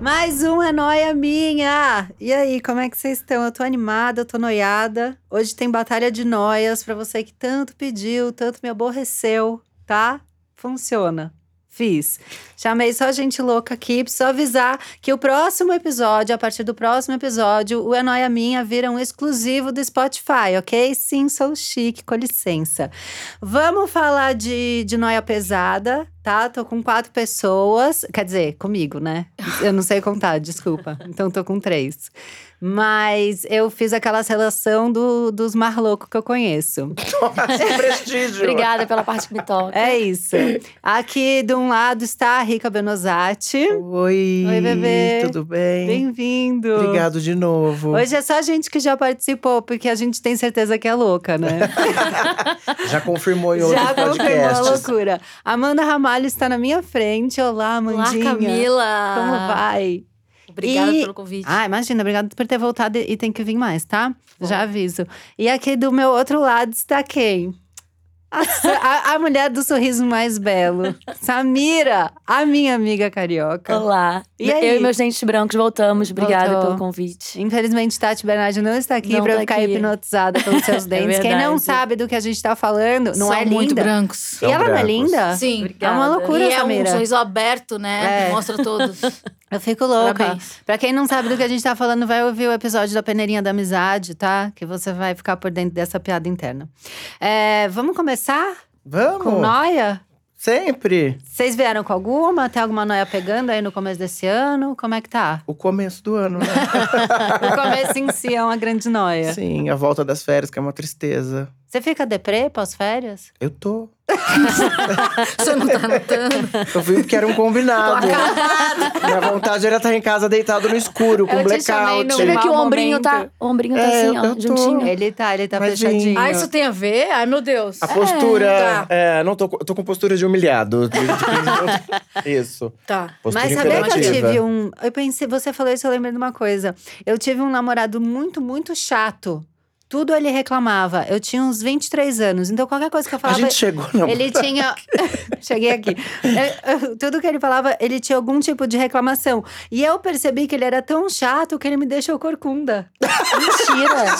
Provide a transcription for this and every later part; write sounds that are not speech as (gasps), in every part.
Mais um é noia minha! E aí, como é que vocês estão? Eu tô animada, eu tô noiada. Hoje tem batalha de noias pra você que tanto pediu, tanto me aborreceu, tá? Funciona. Fiz. Chamei só gente louca aqui, preciso avisar que o próximo episódio, a partir do próximo episódio, o É Noia Minha vira um exclusivo do Spotify, ok? Sim, sou chique, com licença. Vamos falar de, de noia pesada, tá? Tô com quatro pessoas, quer dizer, comigo, né? Eu não sei contar, desculpa. Então tô com três. Mas eu fiz aquela relação do, dos marlocos que eu conheço. Nossa, prestígio. Obrigada pela parte que me (laughs) toca. É isso. Aqui de um lado está a Rica Benosati. Oi. Oi, bebê. Tudo bem? Bem-vindo. Obrigado de novo. Hoje é só gente que já participou, porque a gente tem certeza que é louca, né? Já confirmou em outros já confirmou a podcasts. loucura. Amanda Ramalho está na minha frente. Olá, Olá, Amandinha. Camila. Como vai? Obrigada E- pelo convite. Ah, imagina, obrigada por ter voltado e e tem que vir mais, tá? Bom. Já aviso. E aqui do meu outro lado está quem? A, Sa- a- a mulher do sorriso mais (laughs) belo. Samira, a minha amiga carioca. Olá. E aí? Eu e meus dentes brancos voltamos. Obrigada Voltou. pelo convite. Infelizmente, Tati Bernardi não está aqui Não para eu tá ficar aqui. hipnotizada (laughs) pelos seus É dentes. Quem não verdade. sabe do que a gente está falando, não São é muito linda. brancos. E ela não é linda? Sim. É uma Obrigada. loucura, e é um Samira. sorriso aberto, né? É. Mostra todos. Eu fico louca. Parabéns. Pra quem não sabe do que a gente tá falando, vai ouvir o episódio da peneirinha da amizade, tá? Que você vai ficar por dentro dessa piada interna. É, vamos começar Vamos? com noia? Sempre. Vocês vieram com alguma? Tem alguma noia pegando aí no começo desse ano? Como é que tá? O começo do ano, né? (laughs) O começo em si (laughs) é uma grande noia. Sim, a volta das férias, que é uma tristeza. Você fica deprê pós-férias? Eu tô. Você não tá notando? Eu vi porque era (laughs) um combinado. Minha vontade era estar em casa deitado no escuro, com Eu te chamei blackout. no Você vê mau que o ombrinho momento. tá, o ombrinho tá É, assim, ó, eu tô. juntinho. Ele tá, ele tá Tadinho. fechadinho. Ah, isso tem a ver? Ai, meu Deus. A postura. É, tá. É, não tô, com- tô com postura de humilhado. de- de- (laughs) Isso. Tá. Postura Mas sabia que eu imperativa. tive um. Eu pensei, você falou isso, eu lembrei de uma coisa. Eu tive um namorado muito, muito chato. Tudo ele reclamava. Eu tinha uns 23 anos, então qualquer coisa que eu A falava. gente chegou na Ele (laughs) tinha. Cheguei aqui. É, é, Tudo que ele falava, ele tinha algum tipo de reclamação. E eu percebi que ele era tão chato que ele me deixou (laughs) corcunda. Mentira!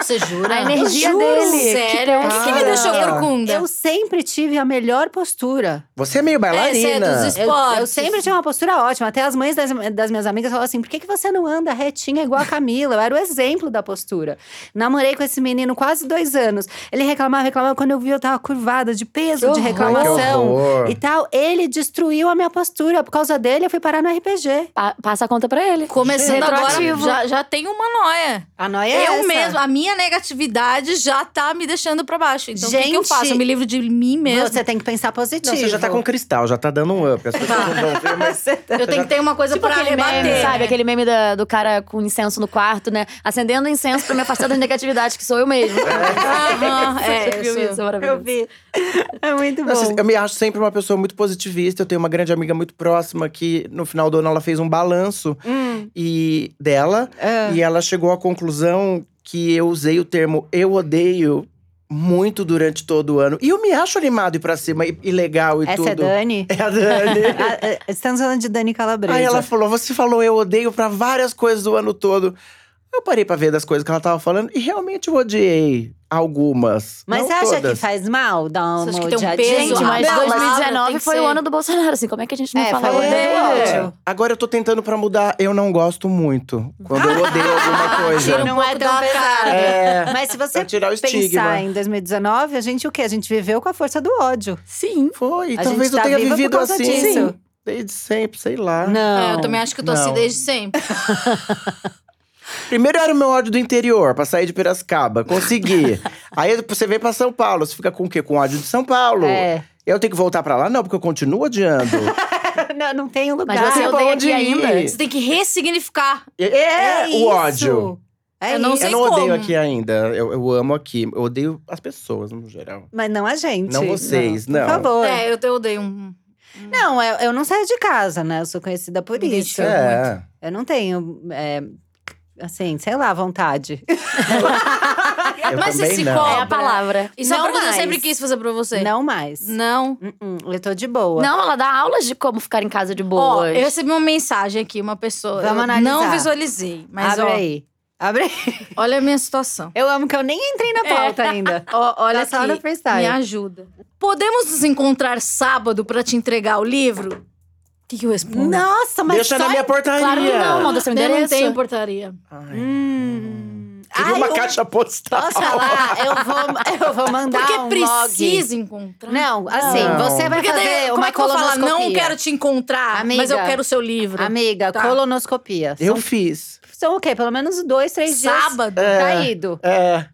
Você jura? A energia dele. Sério? O que, que me deixou Cara. corcunda? Eu sempre tive a melhor postura. Você é meio Essa é dos bailarina. es- Eu, eu Esportes. sempre tinha uma postura ótima. Até as mães das, das minhas amigas falavam assim: por que, que você não anda retinha igual a Camila? Eu era o exemplo da postura. Namorei com esse menino quase dois anos. Ele reclamava, reclamava. Quando eu vi, eu tava curvada de peso, Que de horror. reclamação horror. e tal. Ele destruiu a minha postura. Por causa dele, eu fui parar no RPG. Pa- passa a conta pra ele. Começando agora, Retroativo. já, já tem uma noia. A noia é eu mesma, a minha negatividade já tá me deixando pra baixo. Então, o que, que eu Gente, faço? Eu me livro de mim mesmo. Você tem que pensar positivo. Não, você já tá com cristal, já tá dando um up. As pessoas não vão (laughs) ver, mas Eu tenho que ter uma coisa Tipo pra aquele rebater. meme, sabe? né? Aquele meme da- do cara com incenso no quarto, né? Acendendo incenso pra me afastar das negatividades, que sou eu (laughs) mesmo. Aham, Você é, já eu viu sou- isso? É maravilhoso. vi. É muito bom. Não, assim, Eu me acho sempre uma pessoa muito positivista. Eu tenho uma grande amiga muito próxima que no final do ano ela fez um balanço Hum. e dela É. e ela chegou à conclusão que eu usei o termo eu odeio muito durante todo o ano. E eu me acho animado e pra cima e, e legal e Essa tudo. é Dani. Ah, é, É (laughs) a Dani. A- a- Estamos falando tá de Dani Calabresa. Aí ela falou: você falou eu odeio pra várias coisas o ano todo. Eu parei pra ver das coisas que ela tava falando e realmente eu odiei algumas. Mas não você acha todas. que faz mal dar uma Você acha que tem um odiadinha? peso? Gente, mas Não, mas- 2019 foi tem que o ser. ano do Bolsonaro, assim. Como é que a gente não É, fala? foi o ano odeio? do ódio. É. Agora eu tô tentando pra mudar. Eu não gosto muito. Quando eu (laughs) odeio alguma Tira coisa. um Não é pouco tão da pesado. cara. É. Mas se você Pra tirar o pensar estigma. em 2019, a gente o quê? A gente viveu com a força do ódio. Sim. Foi, A gente talvez tá eu tenha viva por vivido causa assim. disso. Sim, Desde sempre, sei lá. Não. É, eu também acho que eu tô Não. assim desde sempre. Primeiro era o meu ódio do interior, pra sair de Piracicaba. (laughs) Consegui. Aí você vem pra São Paulo, você fica com o quê? Com ódio de São Paulo. É. Eu tenho que voltar pra lá? Não, porque eu continuo odiando. (laughs) não, não tem um lugar. Mas você pra odeia onde aqui ir? ainda? É, Você tem que ressignificar. É, É o isso. ódio. É Eu não isso. sei eu não como. odeio aqui ainda. Eu, eu amo aqui. Eu odeio as pessoas, no geral. Mas não a gente. Não vocês, não. Por favor. É, eu te odeio um. Não, eu, eu não saio de casa, né? Eu sou conhecida por Me isso. identifico. é. Eu não tenho, é, assim, sei lá, vontade. Ah, Eu Mas também você se não. É a cobra. palavra. Isso é Não uma coisa que eu mais. sempre quis fazer pra você. Não mais. Não. Uh-uh, eu tô de boa. Não, ela dá aulas de como ficar em casa de Ó, boas. eu recebi uma mensagem aqui, uma pessoa. Vamos eu analisar. Não visualizei, mas Abre ó, aí. Abre aí. olha a minha situação. Eu amo que eu nem entrei na pauta (laughs) ainda. Ó, olha Tá só no É. aqui, freestyle. me ajuda. Podemos nos encontrar sábado pra te entregar o livro? O que, que eu respondo? Nossa, mas Hum. Deixa só... na minha portaria. Claro que não, manda seu eu não endereço. tenho portaria. Ai. Hum. Queria Ai, uma eu- caixa postal. Nossa lá, eu vou, (laughs) eu vou mandar Porque um precisa encontrar. log. Não, assim, Não. você vai Porque fazer daí, como uma é que eu vou falar? Não colonoscopia. quero te encontrar, mas eu Amiga. quero o seu livro. Amiga, Tá. colonoscopia. Eu São, fiz. são o quê? Pelo menos dois, três dias. Sábado? É. Caído. É.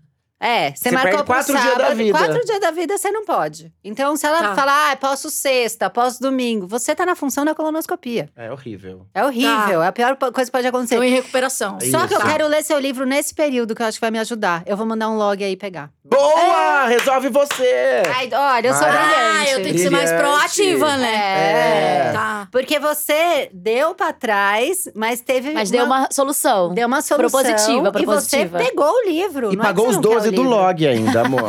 É, você, Você marcou perde pro quatro dias sábado, da vida. Quatro dias da vida você não pode. Então, se ela Tá. falar, ah, posso sexta, posso domingo, você tá na função da colonoscopia. É horrível. É horrível, é a pior po- coisa que pode acontecer. Estou em recuperação. Aí, Então, Só que eu É Isso. quero ler seu livro nesse período, que eu acho que vai me ajudar. Eu vou mandar um log aí pegar. Boa! Resolve você! Ai, olha, eu sou Ah, brilhante. eu tenho que ser mais Brilhante. proativa, né? assim. É. Tá. Porque você deu pra trás, mas teve Mas deu uma solução. deu uma solução. Propositiva, propositiva. E você pegou o livro. E não é que pagou você os não quer o 12 do livro. log ainda, amor.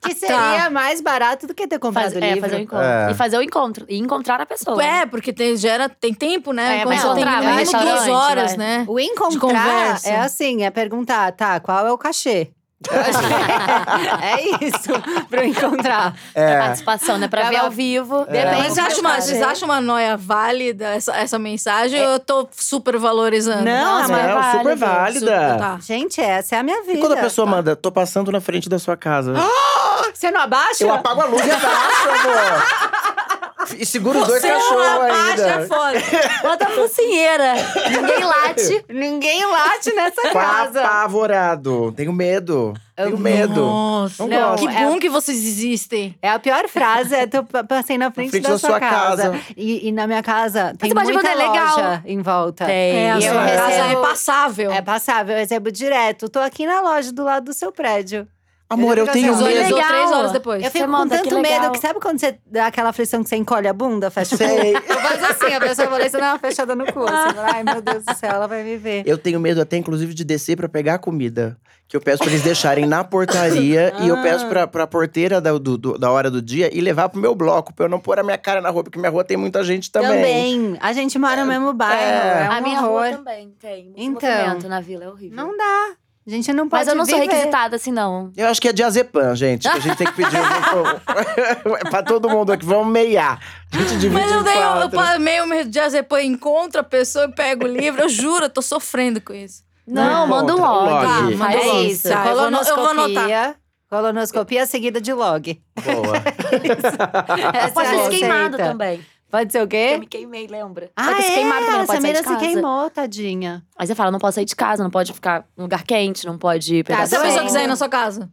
Que seria mais barato do que ter comprado Faz- o é, livro. fazer o encontro. É. E fazer o encontro. E encontrar a pessoa. né? É, porque tem, gera, tem tempo, É, né? Quando mas você tem encontrar, no vai mínimo no duas restaurante, horas, vai. né? O encontrar conversa. é assim, é perguntar, tá, qual é o (laughs) cachê? é isso, pra eu encontrar. Pra É. participação, né? Pra Pra ver lá- ao vivo. É. Mas Vamos acho uma, conversar, vocês né? acham uma noia válida essa, essa mensagem ou eu tô super valorizando? Não, Nossa, mas é é super válido. válida. Super- tá. Gente, essa é a minha vida. Ah, E quando a pessoa manda, tô passando na frente da sua casa. Você não abaixa? eu apago a luz e abaixo, amor. E seguro os dois Você é cachorros não abaixa, é ainda. foda. Bota a focinheira. Ninguém late. Ninguém late (laughs) nessa casa. Apavorado. Tenho medo. Tenho medo. Nossa, Não gosto. que é- bom que vocês existem. É a pior frase, é eu passei na frente, frente da, sua, casa. casa. E, e na minha casa tem você pode muita mandar legal. loja em volta. É, a E sua eu casa é recebo- passável. É passável, eu recebo direto. Tô aqui na loja do lado do seu prédio. Amor, eu tenho Você medo. olhou Legal. três horas depois. Eu Você fico com manda, que tanto medo legal. que sabe quando você dá aquela aflição que você encolhe a bunda, fecha o cu? Sei. Eu faço assim, a pessoa fala, é isso dá uma fechada no cu. Assim, fala, Ai, meu Deus do céu, ela vai me ver. Eu tenho medo até, inclusive, de descer pra pegar a comida. Que eu peço pra eles deixarem na portaria. E Ah. eu peço pra, pra porteira da, do- do- da hora do dia e levar pro meu bloco. Pra eu não pôr a minha cara na rua. Porque minha rua tem muita gente também. Também. A gente mora no mesmo bairro, (laughs) é, um a minha horror. rua também tem. Muito Então. movimento na vila, é horrível. Não dá. A gente não pode Mas eu não sou viver. requisitada assim, não. Eu acho que é diazepam, gente. que a gente tem que pedir (laughs) (laughs) um, pra todo mundo aqui. Vamos meiar. A gente divide Mas eu em dei um- eu- eu quatro. pa- meio me- dias depois, encontro a pessoa e pego o livro. Eu juro, eu tô sofrendo com isso. Não, Não manda um encontra, log. log. Tá, Faz manda um É log. isso. isso. Tá, eu vou ano- eu vou anotar. Colonoscopia. Colonoscopia é seguida de log. Boa. (laughs) Essa Pode é a ser receita. queimado também. Pode ser o Eu quê? me queimei, lembra? Ah, Só que se é? queimado também não a pode sair Samira de se casa. queimou, tadinha. Aí você fala, não pode sair de casa, não pode ficar em um lugar quente, não pode pegar Tá, Se a sim. pessoa quiser ir sol. na sua casa.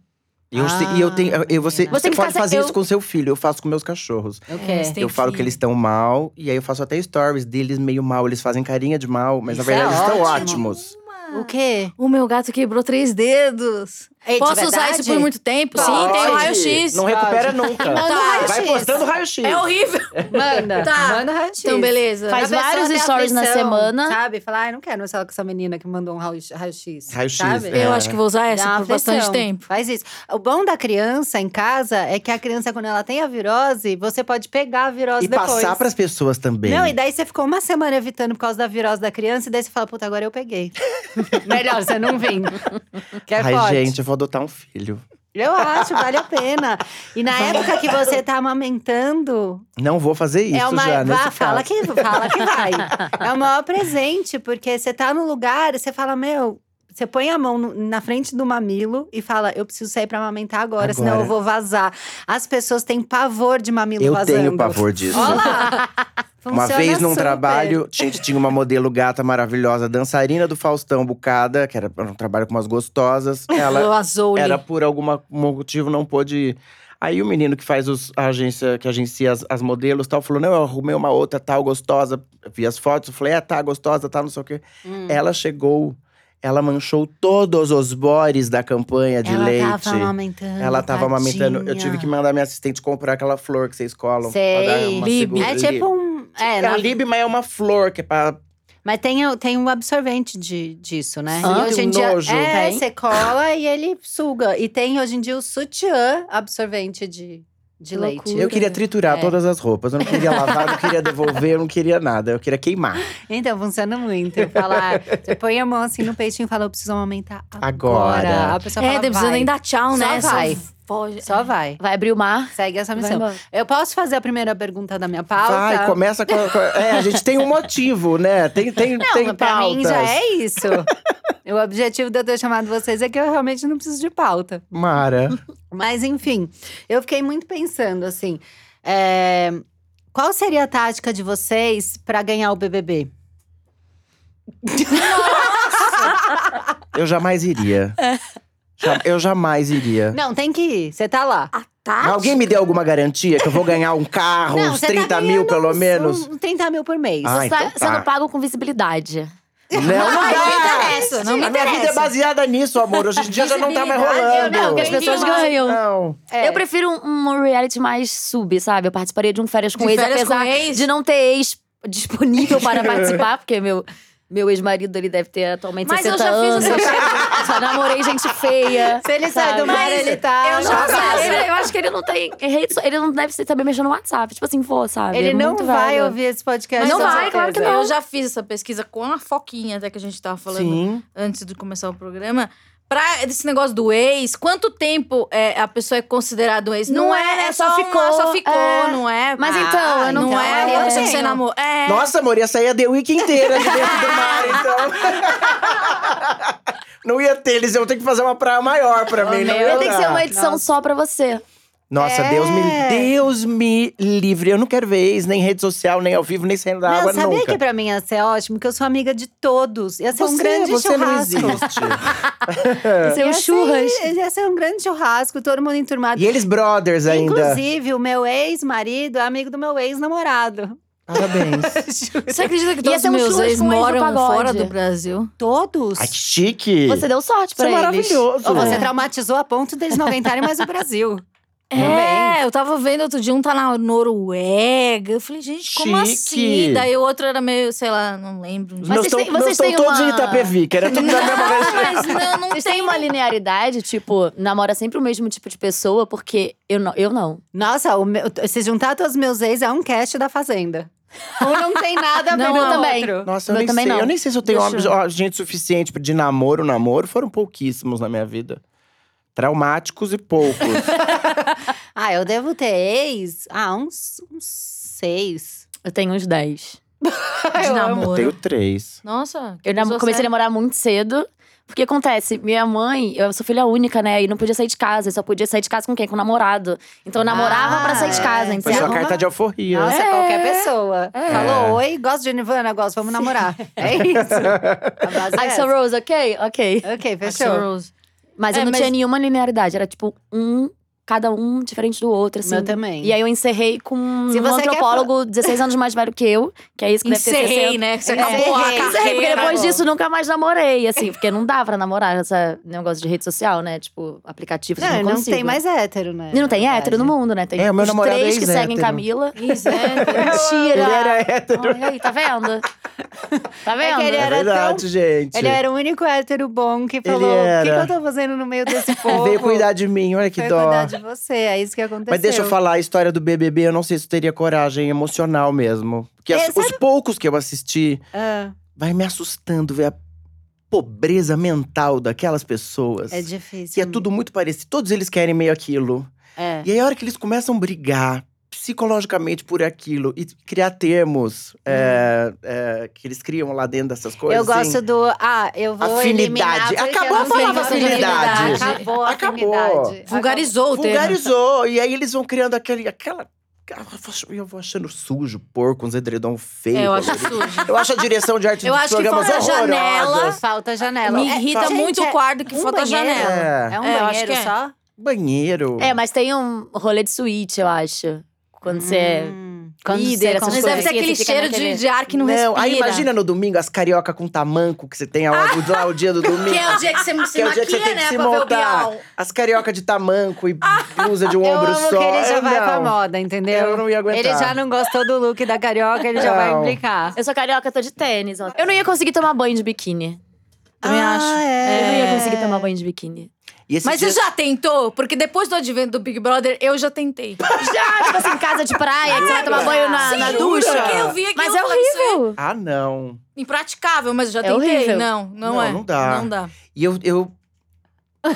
E eu, sei- e eu tenho. eu- eu- você Ah, Você você tem que pode fazer- fazer eu- isso com seu filho, eu faço com meus cachorros. O É, quê? você tem eu falo que filho. eles estão mal, e aí eu faço até stories deles meio mal. Eles fazem carinha de mal, mas na Isso é verdade eles estão ótimo. ótimos. É. O quê? O meu gato quebrou três dedos. Ei, de Posso usar verdade? isso por muito tempo? Sim, Pode. tem o raio-x. Tá. Não recupera nunca. Manda o raio-x. Vai postando raio-x. É horrível. Manda. Tá. Manda o raio-x. Então, beleza. Faz A pessoa vários tem stories na aflição, semana. Sabe? Falar, ai, não quero mais falar com essa menina que mandou um raio- raio-x. Raio-x, sabe? é. Eu acho que vou usar Dá essa uma por bastante aflição. tempo. Faz isso. O bom da criança em casa é que a criança, quando ela tem a virose, você pode pegar a virose E depois. passar pras pessoas também. Não, e daí você ficou uma semana evitando por causa da virose da criança, e daí você fala, puta, agora eu peguei. (laughs) Melhor você não vem. Quer Ai, é forte. gente, eu vou adotar um filho. Eu acho, vale a pena. E na época que você tá amamentando, Não vou fazer isso é uma. vá, já, nesse fala, caso. que, fala que (laughs) vai. É o maior presente, porque você tá no lugar e você fala, meu. Você põe a mão no- na frente do mamilo e fala: Eu preciso sair pra amamentar agora, Agora. senão eu vou vazar. As pessoas têm pavor de mamilo Eu vazando. tenho pavor disso. Olha lá! (laughs) Uma Funciona vez num super. (laughs) trabalho, gente, tinha uma modelo gata maravilhosa, dançarina do Faustão Bucada, que era era um trabalho com umas gostosas. Ela o Azul. era por algum motivo, não pôde ir. Aí o menino que faz os- a agência, que agencia as, as modelos tal, falou: não, eu arrumei uma outra tal, gostosa. Vi as fotos, falei, é, tá, gostosa, tá, não sei o quê. Hum. Ela chegou, ela manchou todos os bores da campanha de ela leite. tava amamentando. Ela tava amamentando. Eu tive que tadinha. mandar minha assistente comprar aquela flor que vocês colam. Sei, pra dar uma Lib. segura- É tipo um. É, É, na- a Lib, mas é uma flor que é pra. mas tem, o- tem um absorvente de, disso, né? E Sim, hoje em Ah, que dia. nojo. É, Tem. você cola e ele suga. E tem hoje em dia o sutiã absorvente de, de Que leite. loucura. Eu queria triturar É. todas as roupas. Eu não queria lavar, não queria devolver, eu não queria nada. Eu queria queimar. Então, funciona muito. Eu (laughs) Falar, você põe a mão assim no peitinho e fala, eu preciso aumentar agora. Agora. A pessoa É, fala, não precisa vai. nem dar tchau, Só né? vai. foge. Só vai. Vai abrir o mar. Segue essa Vai missão. embora. Eu posso fazer a primeira pergunta da minha pauta? Vai, começa com. com- É, a gente tem um motivo, né? Tem, tem, Não, tem pra pautas. mim já é (laughs) isso. o objetivo de eu ter chamado vocês é que eu realmente não preciso de pauta. Mara. Mas enfim, eu fiquei muito pensando assim. é, Qual seria a tática de vocês pra ganhar o BBB? Eu jamais iria. Ja- Eu jamais iria. Não, tem que ir. Você tá lá. A tática. Alguém me deu alguma garantia que eu vou ganhar um carro, Não, uns você tá 30 mil pelo menos? São 30 mil por mês. Ah, Você tá então tá. sendo pago com visibilidade. Não, não Ai, dá. não interessa, não me a minha vida é interessa. baseada nisso, amor. Hoje em dia já não tá mais rolando. Não, que as pessoas Entendi. ganham. Não. É. Eu prefiro um, um reality mais sub, sabe? Eu participaria de um férias com De ex, Férias apesar com Ex? de não ter ex disponível para participar, porque meu. Meu ex-marido, ele deve ter atualmente Mas eu 60 já fiz anos. isso. eu chego- já (laughs) namorei gente feia. Se ele sai sabe? do mar, ele tá. eu Eu já acho que faço. ele- eu acho que ele não tem rede so- Ele não deve ser também mexendo no WhatsApp. Tipo assim, vou, sabe? Ele não muito vai velho. ouvir esse podcast. Mas Não eu com já- vai, claro que certeza. não. Eu já fiz essa pesquisa com a Foquinha, até que a gente tava falando Sim. antes de começar o programa. Pra esse negócio do ex, quanto tempo é, a pessoa é considerada um ex? Não, Não é, é, né? é Só só ficou, uma- só ficou, é. não é? Mas Ah, então, eu não, não, é? eu Quanto tenho. tempo assim. você namorou? É. Nossa, amor, essa ia The Week inteira de dentro do mar, então. (laughs) não ia ter, eles iam ter que fazer uma praia maior pra mim. não meu, ia Tem que ser dar. uma edição só pra você. Nossa, É. Deus, me, Deus me livre. Eu não quero ver ex, nem rede social, nem ao vivo, nem saindo da Não, água sabia nunca. que pra mim ia ser ótimo? Que eu sou amiga de todos. Ia ser você, um grande é, você não churrasco. existe. Esse é o Ia churras. ser- Ia ser um grande churrasco, todo mundo enturmado. e eles brothers ainda. Inclusive, o meu ex-marido é amigo do meu (laughs) ex-namorado. Parabéns. Você acredita que Ia todos ser os um meus churras ex com ex do moram pagode. fora do Brasil? Todos. Ai, que chique. Você tá deu sorte Isso pra é eles. maravilhoso. Ou você tá- traumatizou a ponto deles não aguentarem mais o Brasil. É, eu tava vendo outro dia, um tá na Noruega. Eu falei, gente, como Chique. assim? Daí o outro era meio, sei lá, não lembro. Os Mas meus vocês têm- tão- meus vocês tão têm todos uma- em Itapevi, que era tudo da (laughs) mesma vez. né? Mas não, não Vocês tem têm uma linearidade, tipo, namora sempre o mesmo tipo de pessoa, porque eu não. Eu não. Nossa, o meu- se juntar todos os meus ex é um cast da Fazenda. Um não tem nada a ver Não, com eu o também. outro. Nossa, eu Meu nem também sei. não. Eu nem sei se eu tenho Deixa eu- homens- ó, gente suficiente de namoro, namoro. Foram pouquíssimos na minha vida. Traumáticos (laughs) e poucos. Ah, eu devo ter ex? Ah, uns, uns seis. Eu tenho uns 10. de eu namoro. tenho três. Nossa. Eu nam- pessoa comecei a séria. namorar muito cedo. Porque acontece, minha mãe, eu sou filha única, né? E não podia sair de casa. Eu só podia sair de casa com quem? Com o namorado. Então eu namorava Ah, pra sair de casa, é. Foi entendeu? sua arruma- carta de alforria. Nossa, É. qualquer pessoa. É. Falou, oi, gosto de Nirvana, gosto, vamos (laughs) namorar. É isso. A base é I essa. saw Rose, ok? Ok. Ok, Axl fechou. Rose. Mas eu É, não mas- tinha nenhuma linearidade. Era tipo um, cada um diferente do outro, assim. Meu também. E aí eu encerrei com Se um você quer antropólogo 16 anos mais velho que eu, que é isso que deve ter 60. Encerrei, né? Que você Encerrei. acabou a Encerrei, Sei, é, porque carreira. depois disso nunca mais namorei, assim, porque não dá pra namorar esse negócio de rede social, né? Tipo, aplicativos. Não, eu não, não, consigo. tem mais hétero, né? E não tem Na hétero no verdade. mundo, né? Tem É, o meu os namorado três é que seguem ex-hétero. Camila. Isso, né? é. (laughs) Ele Mentira! era hétero. Olha aí, (laughs) tá vendo? Tá vendo? que ele É era verdade, tão- gente. Ele era o único hétero bom que falou: o que, que era. eu tô fazendo no meio desse povo? (laughs) Veio cuidar de mim, olha que Foi dó. cuidar de você, é isso que aconteceu. Mas deixa eu falar a história do BBB. Eu não sei se eu teria coragem emocional mesmo. Porque as- É, sabe- os poucos que eu assisti, Ah, vai me assustando ver a pobreza mental daquelas pessoas. é E difícil. é tudo muito parecido. Todos eles querem meio aquilo. É. E aí, a hora que eles começam a brigar psicologicamente por aquilo e criar termos é, é, que eles criam lá dentro dessas coisas. eu gosto assim, do. Ah, eu vou. Afinidade. eliminar porque Acabou eu não a palavra tenho afinidade. afinidade. Acabou a Acabou. afinidade. Vulgarizou o termo. Vulgarizou. E aí eles vão criando aquele, aquela Cara, eu acho- Eu vou achando sujo, porco, uns edredom feio. É, eu acho colorido. sujo. Eu acho a direção de arte Eu dos acho que programas falta horrorosa. janela. Falta janela. Me irrita gente, muito o quarto que um falta banheiro. janela. É, É um É, eu acho banheiro que é. só? banheiro. É, mas tem um rolê de suíte, eu acho. Quando você é. Hum. líder, você essas Mas Mas deve deve ser ser aquele que fica cheiro de, naquele- de ar que não, respira. aí imagina no domingo as carioca com tamanco que você tem ao, lá o dia do domingo. (laughs) Que é o dia (laughs) que você se Que é o dia que você maquia, tem que né? se pra ver o montar. Bial. As carioca de tamanco e blusa de um Ah, Eu ombro amo só. que ele já eu vai não. pra moda, entendeu? Eu não ia aguentar. Ele já não gostou do look da carioca, ele já vai Não. implicar. Eu sou carioca, tô de tênis. ó. Eu não ia conseguir tomar banho de biquíni. Também Ah, acho. é. Eu não ia conseguir tomar banho de biquíni. E esses Mas você dias- já tentou? Porque depois do advento do Big Brother, eu já (laughs) tentei. Já, tipo assim, casa de praia, que você vai tomar banho na, Sim, na jura? ducha. Porque eu vi aqui, Mas eu é falei, isso horrível. Ah, não. Impraticável, mas eu já É tentei. horrível. Não, não, Não, é. não dá. Não dá. E eu, eu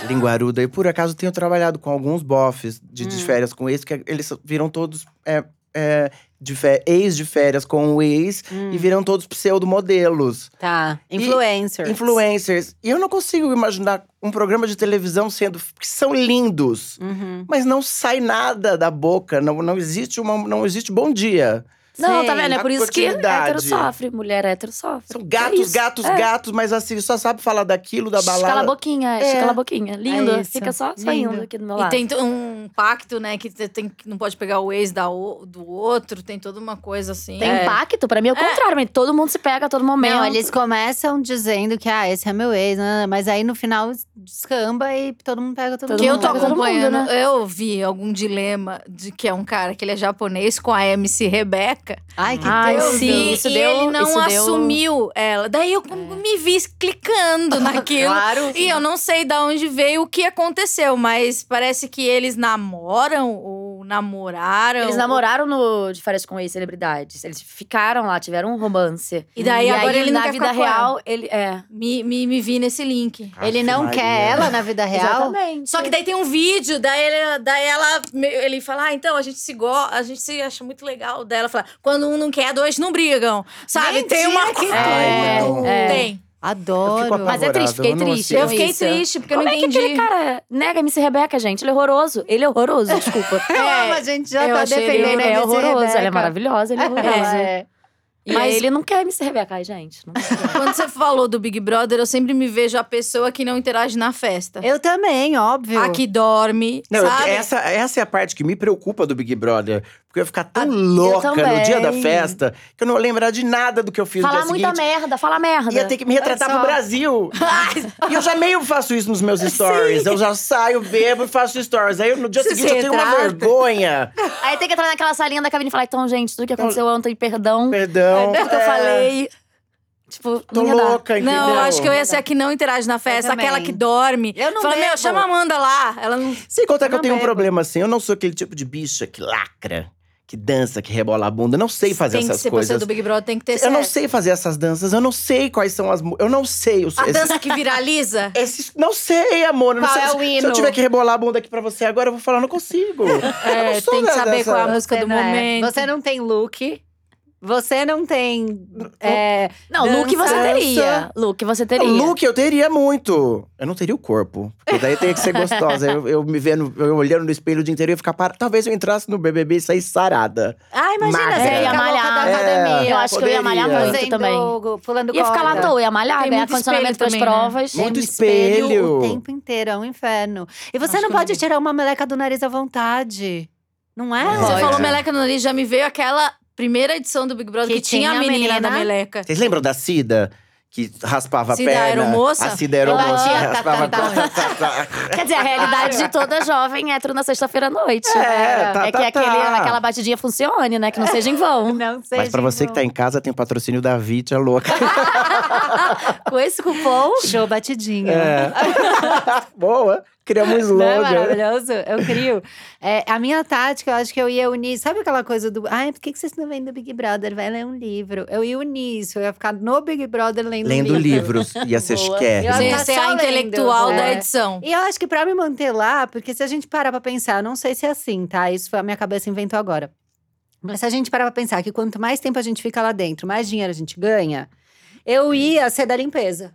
linguaruda, e por acaso tenho trabalhado com alguns bofs de, Hum. de férias com ex, que é, eles viram todos é, é, de fé- ex de férias com o ex Hum. e viram todos pseudomodelos, Tá. Influencer. influencers. E eu não consigo imaginar um programa de televisão sendo. que são lindos, Uhum. mas não sai nada da boca, não, não existe uma, não existe bom dia. Não, Sei. tá vendo? É A por isso que continuidade. hétero sofre. Mulher hétero sofre. São É gatos, isso. gatos, gatos, mas assim, só sabe falar daquilo, da Shh, Cala a balada. boquinha, É. é. cala a boquinha. Lindo, É isso. fica só, só Lindo. indo aqui do meu E lado. tem t- um pacto, né? Que você tem, que não pode pegar o ex da o- do outro. Tem toda uma coisa assim. Tem É. impacto? Pra mim é o contrário, mas todo mundo se pega a todo momento. Não, eles começam dizendo que, ah, esse é meu ex, né? mas aí no final descamba e todo mundo pega todo Todo Que eu mundo. tô mundo, todo mundo, acompanhando, né? eu vi algum dilema de que é um cara que ele é japonês com a MC Rebeca. Ai, que Ai, Deus. eu sim, vi, isso e deu- ele não isso deu- É. assumiu ela. Daí eu me vi (laughs) clicando naquilo. Claro. E eu não sei de onde veio o que aconteceu, mas parece que eles namoram ou namoraram. Eles namoraram no de férias com ex-celebridades. Eles ficaram lá, tiveram um romance. E daí agora ele não na quer vida ficar com ela. real, ele é. Me, me, me vi nesse link. Ele não Maria. quer ela na vida real? Exatamente. Só que daí tem um vídeo, daí, ele, daí ela meio- ele fala: Ah, então a gente se go a gente se acha muito legal dela. Fala, quando um não quer, dois não brigam. Sabe? tem uma coisa. Ai, não. É. Tem. Eu fico Adoro. Mas é triste, fiquei eu não triste. assisto. Eu fiquei Isso. triste, porque Como é eu não que entendi. aquele cara nega MC Rebeca, gente? Ele é horroroso. Ele é horroroso, (laughs) desculpa. Eu É, amo, a gente já eu tá achei ele- ele defendendo a é MC horroroso. Ela é Rebeca. maravilhosa, ele é horroroso. É. E Mas- aí ele não quer MC Rebeca. Ai, gente. Não Quando você falou do Big Brother, eu sempre me vejo a pessoa que não interage na festa. Eu também, óbvio. A que dorme, Não, eu- (laughs) sabe? essa, essa é a parte que me preocupa do Big Brother. Porque eu ia ficar tão louca no também. dia da festa que eu não ia lembrar de nada do que eu fiz falar no dia muita seguinte. merda, fala merda. Ia ter que me retratar Olha só. pro Brasil. e eu já meio faço isso nos meus stories. Eu já saio, bebo e faço stories. Aí no dia Você seguinte se eu tenho uma retrata. vergonha. Aí tem que entrar naquela salinha da cabine e falar, então, gente, tudo que aconteceu ontem, perdão. Perdão. É, porque eu é, falei. Tipo, Tô não ia dar. louca, entendeu? Não, eu acho que eu ia ser a que não interage na festa, também. aquela que dorme. Eu não Fala, meu, bebo. chama a Amanda lá. Ela não. Sem contar que Eu eu tenho um bebo. problema assim. Eu não sou aquele tipo de bicha que lacra, que dança, que rebola a bunda. Eu não sei fazer tem que essas ser pessoa coisas. do Big Brother, tem que ter Eu não sucesso. sei fazer essas danças. Eu não sei quais são as. mu- Eu não sei os. A esses- dança que viraliza. Esse- não sei, amor. Não Qual sei, é se, o se eu hino? tiver que rebolar a bunda aqui pra você agora, eu vou falar, não consigo. Eu É, não sou tem que da- saber dessa- qual é a música Você do não é. momento. Você não tem look. Você não tem. é, Não, look você Dança. teria. Look você teria. O look eu teria muito. Eu não teria o corpo. Porque daí teria que ser gostosa. eu, eu me vendo, eu olhando no espelho o dia inteiro, eu ia ficar parado. Talvez eu entrasse no BBB e saísse sarada. Ah, imagina, Magra. você É, fica ia louca da malhar. academia. É, eu acho que eu ia malhar poderia. muito fazendo- também. Pulando Ia ficar lá à corda. toa, ia malhar, Tem ganhar muito condicionamento espelho pras também, né? provas. Muito Gente, espelho. O tempo inteiro, é um inferno. E você Acho não que eu pode não- tirar uma meleca do nariz à vontade. Não é? Não Você Olha. falou meleca no nariz, já me veio aquela primeira edição do Big Brother que, Que tinha a tinha a menina, da menina. meleca. Vocês lembram da Cida? Que raspava Cida a perna. Aeromoça? A Cida era um Ela moça. tinha- Raspava a tá? perna. (laughs) Quer dizer, a realidade de toda jovem hétero na sexta-feira à noite. É, tá, é que tá, aquele- tá. aquela batidinha funcione, né? Que não seja em (laughs) vão. (laughs) Não (laughs) sei. Mas pra você que tá em casa, tem o patrocínio da Vit, é louca. Com esse cupom, Show batidinha. É. (laughs) Boa. Criamos um Não é slogan. maravilhoso? Eu crio. É, a minha tática, eu acho que eu ia unir. Sabe aquela coisa do. Ai, por que que vocês não vêm do Big Brother? Vai ler um livro. Eu ia unir isso. Eu ia ficar no Big Brother lendo, Lendo um livro. livros. Ia ser Boa. chique. Eu Você ia ia tá ser só a lendo, intelectual né? da edição. E eu acho que pra me manter lá, porque se a gente parar pra pensar, eu não sei se é assim, tá? Isso foi a minha cabeça inventou agora. Mas se a gente parar pra pensar que quanto mais tempo a gente fica lá dentro, mais dinheiro a gente ganha, eu ia ser da limpeza.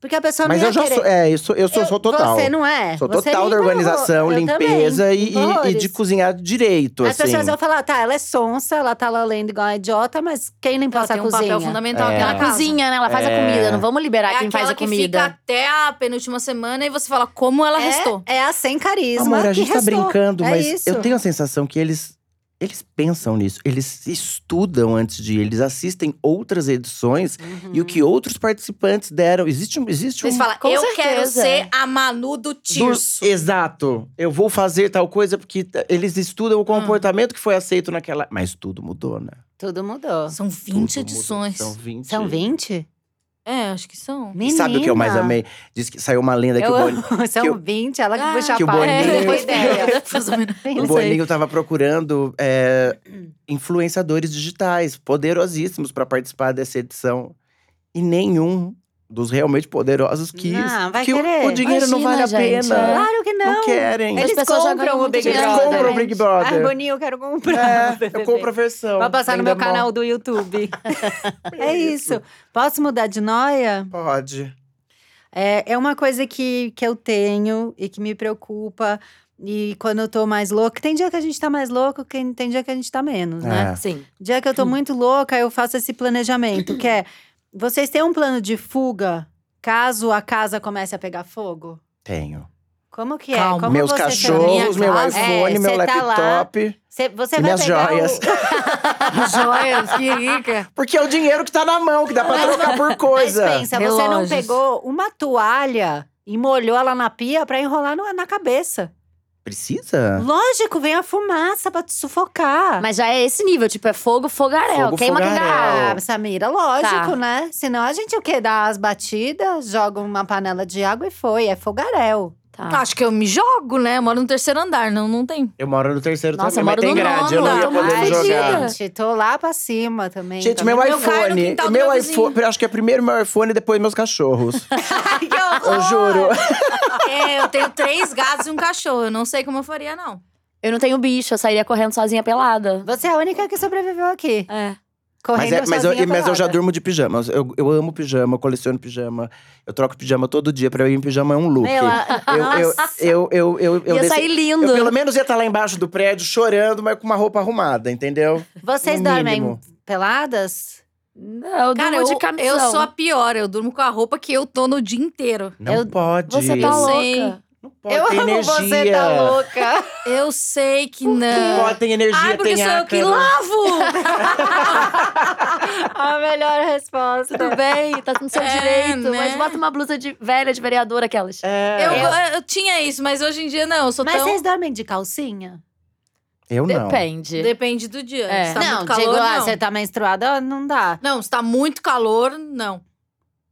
Porque a pessoa Mas não ia eu já querer. sou. É, eu sou, eu sou, sou total. Você não é. Sou Você total da limpa organização, horror- eu limpeza também, e, limpa e- e horrores. de cozinhar direito, As assim. pessoas vão falar, tá, ela é sonsa, ela tá lá lendo igual uma idiota, mas quem limpou Ela essa tem um papel tá cozinha? fundamental É. aquela Ela casa. cozinha, né? Ela faz a É. comida. Não vamos liberar É quem faz aquela a que fica comida. até a penúltima semana e você fala como ela restou. É, é a sem carisma Amor, a que gente tá restou. brincando, É mas isso. eu tenho a sensação que eles. Eles pensam nisso, eles estudam antes de ir, eles assistem outras edições Uhum. e o que Hum. outros participantes deram. Existe um. Existe um Vocês falam, Com eu quero certeza. ser a Manu do Tirso. Do- Exato. Eu vou fazer tal coisa porque t- eles Ah. estudam o comportamento que foi aceito naquela. Mas tudo mudou, né? Tudo mudou. São Tudo então. 20 edições. Mudou. São 20. São 20? É, acho que são. E sabe o que eu mais Menina. amei? Diz que saiu uma lenda que Eu o Boni- amo. São que o- 20, é um ela que Ah, puxa que a o pauta. Boninho- Não foi ideia. O Não um sei. Boninho tava procurando é, influenciadores digitais, poderosíssimos, para participar dessa edição. E nenhum dos realmente poderosos quis. Não, Ah, vai que o, querer. o dinheiro não vale Imagina, a pena. gente, é. Claro que não. Não querem. As Eles pessoas já ganham compram o muito né? Big Eles dinheiro. Brother. compram o Big Brother. Ai, Ah, Boninho, eu quero comprar. É, eu compro (laughs) a versão. Vou passar no Ainda meu mal. canal do (laughs) YouTube. é isso. Posso mudar de noia? Pode. É, é uma coisa que, que eu tenho e que me preocupa. E quando eu tô mais louca, tem dia que a gente tá mais louco, que- tem dia que a gente tá menos, né? É. Sim. Dia que eu tô muito louca, eu faço esse planejamento, que é… Vocês têm um plano de fuga, caso a casa comece a pegar fogo? Tenho. Como que Calma. é? Como meus você cachorros, minha meu casa. iPhone, É, meu cê tá lá. laptop Você, você e vai minhas pegar o- joias. (laughs) (laughs) Joias, que rica. Porque é o dinheiro que tá na mão, que dá pra trocar por (laughs) coisa. Mas pensa, você não Relógios. pegou uma toalha e molhou ela na pia pra enrolar no- na cabeça. Precisa? Lógico, vem a fumaça pra te sufocar. Mas já é esse nível, tipo, é fogo, fogaréu. Fogo, Queima quem fogaréu. garra. Ah, Samira, lógico, Tá. né? Senão a gente o quê? Dá as batidas, joga uma panela de água e foi. É fogaréu. Tá. Acho que eu me jogo, né? Eu moro no terceiro andar, não, (laughs) não tem. Eu moro no terceiro Nossa, também, eu mas moro tem no grade, eu nono, não ia tô muito poder jogar. perdida. Gente, tô lá pra cima também. Gente, tá meu vendo? Meu cai no iPhone. tá quintal do Meu meu assim. iPhone. Acho que é primeiro meu iPhone e depois (laughs) meus cachorros. eu juro. É, eu tenho três gatos e um cachorro. Eu não sei como eu faria, não. Eu não tenho bicho, eu sairia correndo sozinha pelada. Você é a única que sobreviveu aqui. É. Correndo Mas, é- mas eu, sozinha e- mas eu já pelada. durmo de pijama. Eu, eu amo pijama, eu coleciono pijama. Eu troco pijama todo dia. Pra eu ir em pijama é um look. Meu, a- eu, eu, eu, eu, eu, eu Ia desci- sair lindo. Eu pelo menos ia estar lá embaixo do prédio chorando, mas com uma roupa arrumada, entendeu? Vocês No dormem mínimo. peladas? Não, eu Cara, durmo eu, de camisão. eu sou a pior. Eu durmo com a roupa que eu tô no dia inteiro. Não Eu- pode. Você tá Eu louca. sei. Não pode eu ter amo energia. você, tá louca. Eu sei que Não não. pode ter energia, Ai, porque tem sou eu que ácaro. lavo! (laughs) a melhor resposta. Tudo bem, tá no seu É, direito. Mas né? bota uma blusa de velha, de vereadora, aquelas. É. Eu, eu tinha isso, mas hoje em dia não. Eu sou Mas tão. vocês dormem de calcinha? Eu não. Depende. Depende do dia. É. Se tá não, muito calor, digo, ah, não. você tá menstruada, não dá. Não, se tá muito calor, não.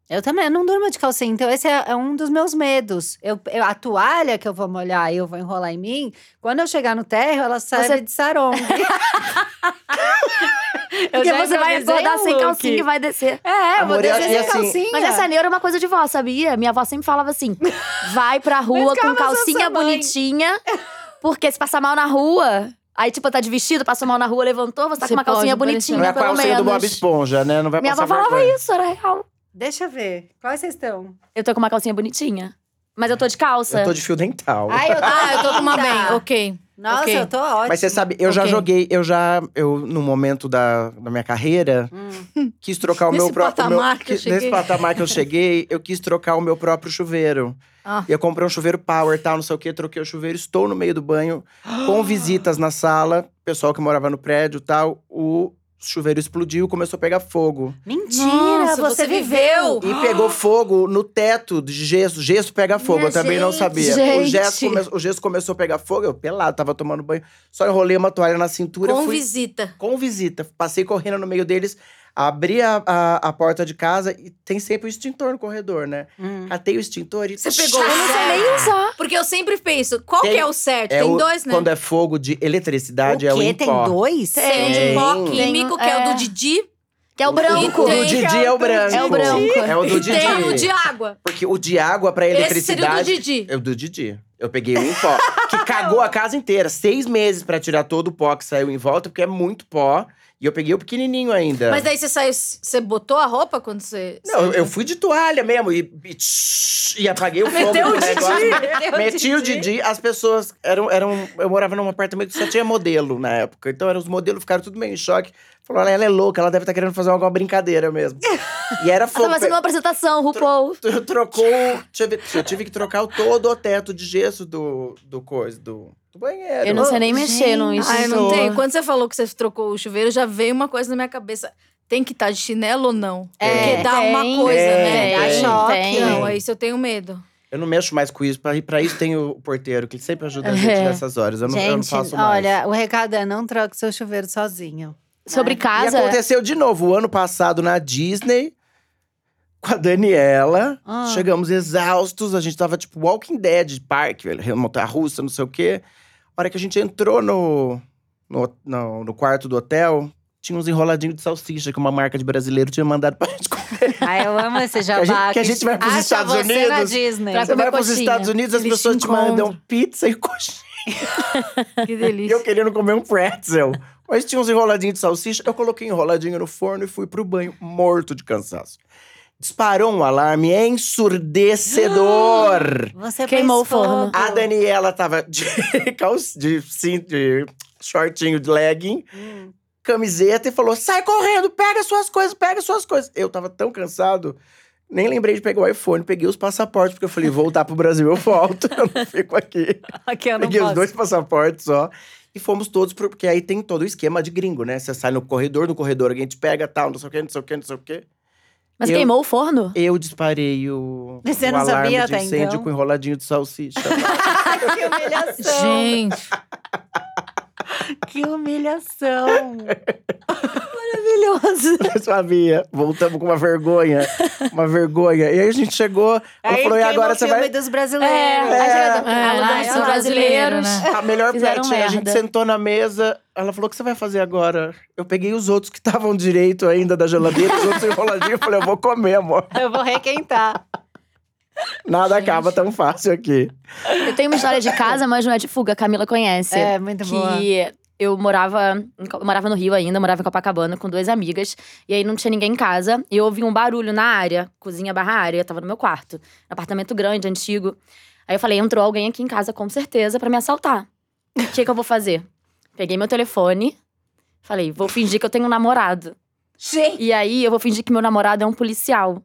Eu também eu não durmo de calcinha, então esse é, é um dos meus medos. Eu, eu- a toalha que eu vou molhar e eu vou enrolar em mim, quando eu chegar no térreo, ela serve Você- de sarong. eu Porque já você vai improvisei acordar um sem look. calcinha e vai descer. É, eu vou Amor, e- descer e sem assim- calcinha. Mas essa neura é uma coisa de vó, sabia? Minha avó sempre falava assim: vai pra rua Mas com calma, calcinha sua mãe. bonitinha, porque se passar mal na rua. Aí, tipo, tá de vestido, passou mal na rua, levantou, você tá Você com uma calcinha pode bonitinha, Não é a pelo calcinha menos. do Bob Esponja, né? Não vai Minha avó passar falava vergonha. isso, era real. Deixa eu ver. Quais vocês estão? Eu tô com uma calcinha bonitinha. Mas eu tô de calça. Eu tô de fio dental. Ai, eu tô, Ah, eu tô com uma linda. bem. Ok. Nossa, ok. eu tô ótima. Mas você sabe, eu já Ok. joguei, eu já, eu, no momento da, da minha carreira, Hum, quis trocar o meu Nesse próprio. o meu- patamar que eu que- nesse cheguei. patamar que eu cheguei, eu quis trocar o meu próprio chuveiro. Ah. E eu comprei um chuveiro power, tal, não sei o quê, troquei o chuveiro, estou no meio do banho, (gasps) com visitas na sala, pessoal que morava no prédio tal, o chuveiro explodiu e começou a pegar fogo. Mentira, Nossa, você, você viveu. viveu. E (gasps) pegou fogo no teto de gesso. Gesso pega fogo, Minha eu também não gente. sabia. O, Gente. gesso come- o gesso começou a pegar fogo, eu pelado, tava tomando banho. Só enrolei uma toalha na cintura, Com fui visita. com visita. Passei correndo no meio deles, abri a, a, a porta de casa e tem sempre o extintor no corredor, né? Hum. Catei o extintor e. Você pegou Eu não sei nem usar. Porque eu sempre penso, qual Tem- que é o certo? É tem o- dois, né? Quando é fogo de eletricidade, é o em Tem pó. dois? Tem o de pó Tem. químico, que é É. o do Didi. Que é o branco. O do Tem. Didi é o branco. É o branco. É o do E Didi. tem o de água. Porque o de água pra Esse seria o do eletricidade. Didi. É o do Didi. Eu peguei um em pó. (laughs) que cagou a casa inteira. Seis meses pra tirar todo o pó que saiu em volta, porque é muito pó. E eu peguei o pequenininho ainda. Mas é daí você saiu. Você botou a roupa quando você. Não, eu, eu fui de toalha mesmo e, e, tsh, e apaguei o fogo Meteu do o Didi, (laughs) negócio. (laughs) meteu o Meti o Didi. Didi, as pessoas eram, eram. Eu morava num apartamento que só tinha modelo na época. Então eram os modelos ficaram tudo meio em choque. Falou, "Olha, ela é louca, ela deve estar querendo fazer alguma brincadeira (laughs) mesmo. E era Ela fogo. tava sendo tá, uma apresentação, RuPaul. Eu trocou. Deixa eu, ver, eu tive que trocar o todo o teto de gesso do, do coisa, do, do banheiro. Eu não sei nem mexer num Ah, eu não extintor. tenho. Quando você falou que você trocou o chuveiro, já veio uma coisa na minha cabeça. Tem que estar de chinelo ou não? É, Porque dá uma tem, coisa, tem, né? tem, Dá tem. choque. Tem. Não, é isso, eu tenho medo. Eu não mexo mais com isso. Pra, pra isso tem o porteiro, que sempre ajuda a gente É. nessas horas. Eu não, eu não Gente, faço mais. olha, o recado é não troque seu chuveiro sozinho. Sobre casa. E aconteceu de novo, o ano passado na Disney, com a Daniela. Ah. Chegamos exaustos, a gente tava tipo Walking Dead, parque, montanha russa, não sei o quê. A hora que a gente entrou no, no, no, no quarto do hotel, tinha uns enroladinhos de salsicha que uma marca de brasileiro tinha mandado pra gente comer. Ai, Ah, eu amo esse jabá. (laughs) Que a gente- que a gente vai pros acha Estados você na Unidos. Disney. Pra Você comer vai pros coxinha. Estados Unidos, as Eles te pessoas te mandam encontram. pizza e coxinha. E Que eu (laughs) delícia. querendo comer um pretzel. Mas tinha uns enroladinhos de salsicha. Eu coloquei enroladinho no forno e fui pro banho, morto de cansaço. Disparou um alarme (gasps) ensurdecedor. Você Queimou pôs o forno. fogo. A Daniela tava de (laughs) calça, de cinto, de shortinho de legging, Hum. camiseta e falou: sai correndo, pega suas coisas, pega suas coisas. Eu tava tão cansado. Nem lembrei de pegar o iPhone, peguei os passaportes, porque eu falei, voltar pro Brasil, eu volto, (laughs) eu não fico aqui. Aqui eu não Peguei posso. os dois passaportes só. E fomos todos, pro- porque aí tem todo o esquema de gringo, né? Você sai no corredor, no corredor alguém te pega, tal, não sei o quê, não sei o quê, não sei o quê. Mas Eu- queimou o forno? Eu disparei o, Você o não alarme sabia de até incêndio então? com enroladinho de salsicha. (laughs) (laughs) Que Então, humilhação. (laughs) Gente, Que humilhação. Maravilhoso. Eu sabia. Voltamos com uma vergonha. Uma vergonha. E aí a gente chegou, ela Aí falou, e queima agora o você filme vai... dos É, brasileiros. a gente- É. a- Ah, são são brasileiros, brasileiros. (laughs) né? (laughs) A melhor Fizeram parte, é, a gente merda. sentou na mesa, ela falou, o que você vai fazer agora? Eu peguei os outros que estavam direito ainda da geladeira, os outros enroladinhos, eu falei, eu vou comer, amor. Eu vou requentar. Nada acaba tão fácil aqui. Eu tenho uma história de casa, mas não é de fuga. A Camila conhece. É, muito boa. que eu morava, em Co- eu morava no Rio ainda, morava em Copacabana com duas amigas. E aí não tinha ninguém em casa. E eu ouvi um barulho na área, cozinha barra área. Eu tava no meu quarto, apartamento grande, antigo. Aí eu falei, entrou alguém aqui em casa com certeza pra me assaltar. O que que eu vou fazer? Peguei meu telefone, falei, vou fingir que eu tenho um namorado. gente, E aí eu vou fingir que meu namorado é um policial.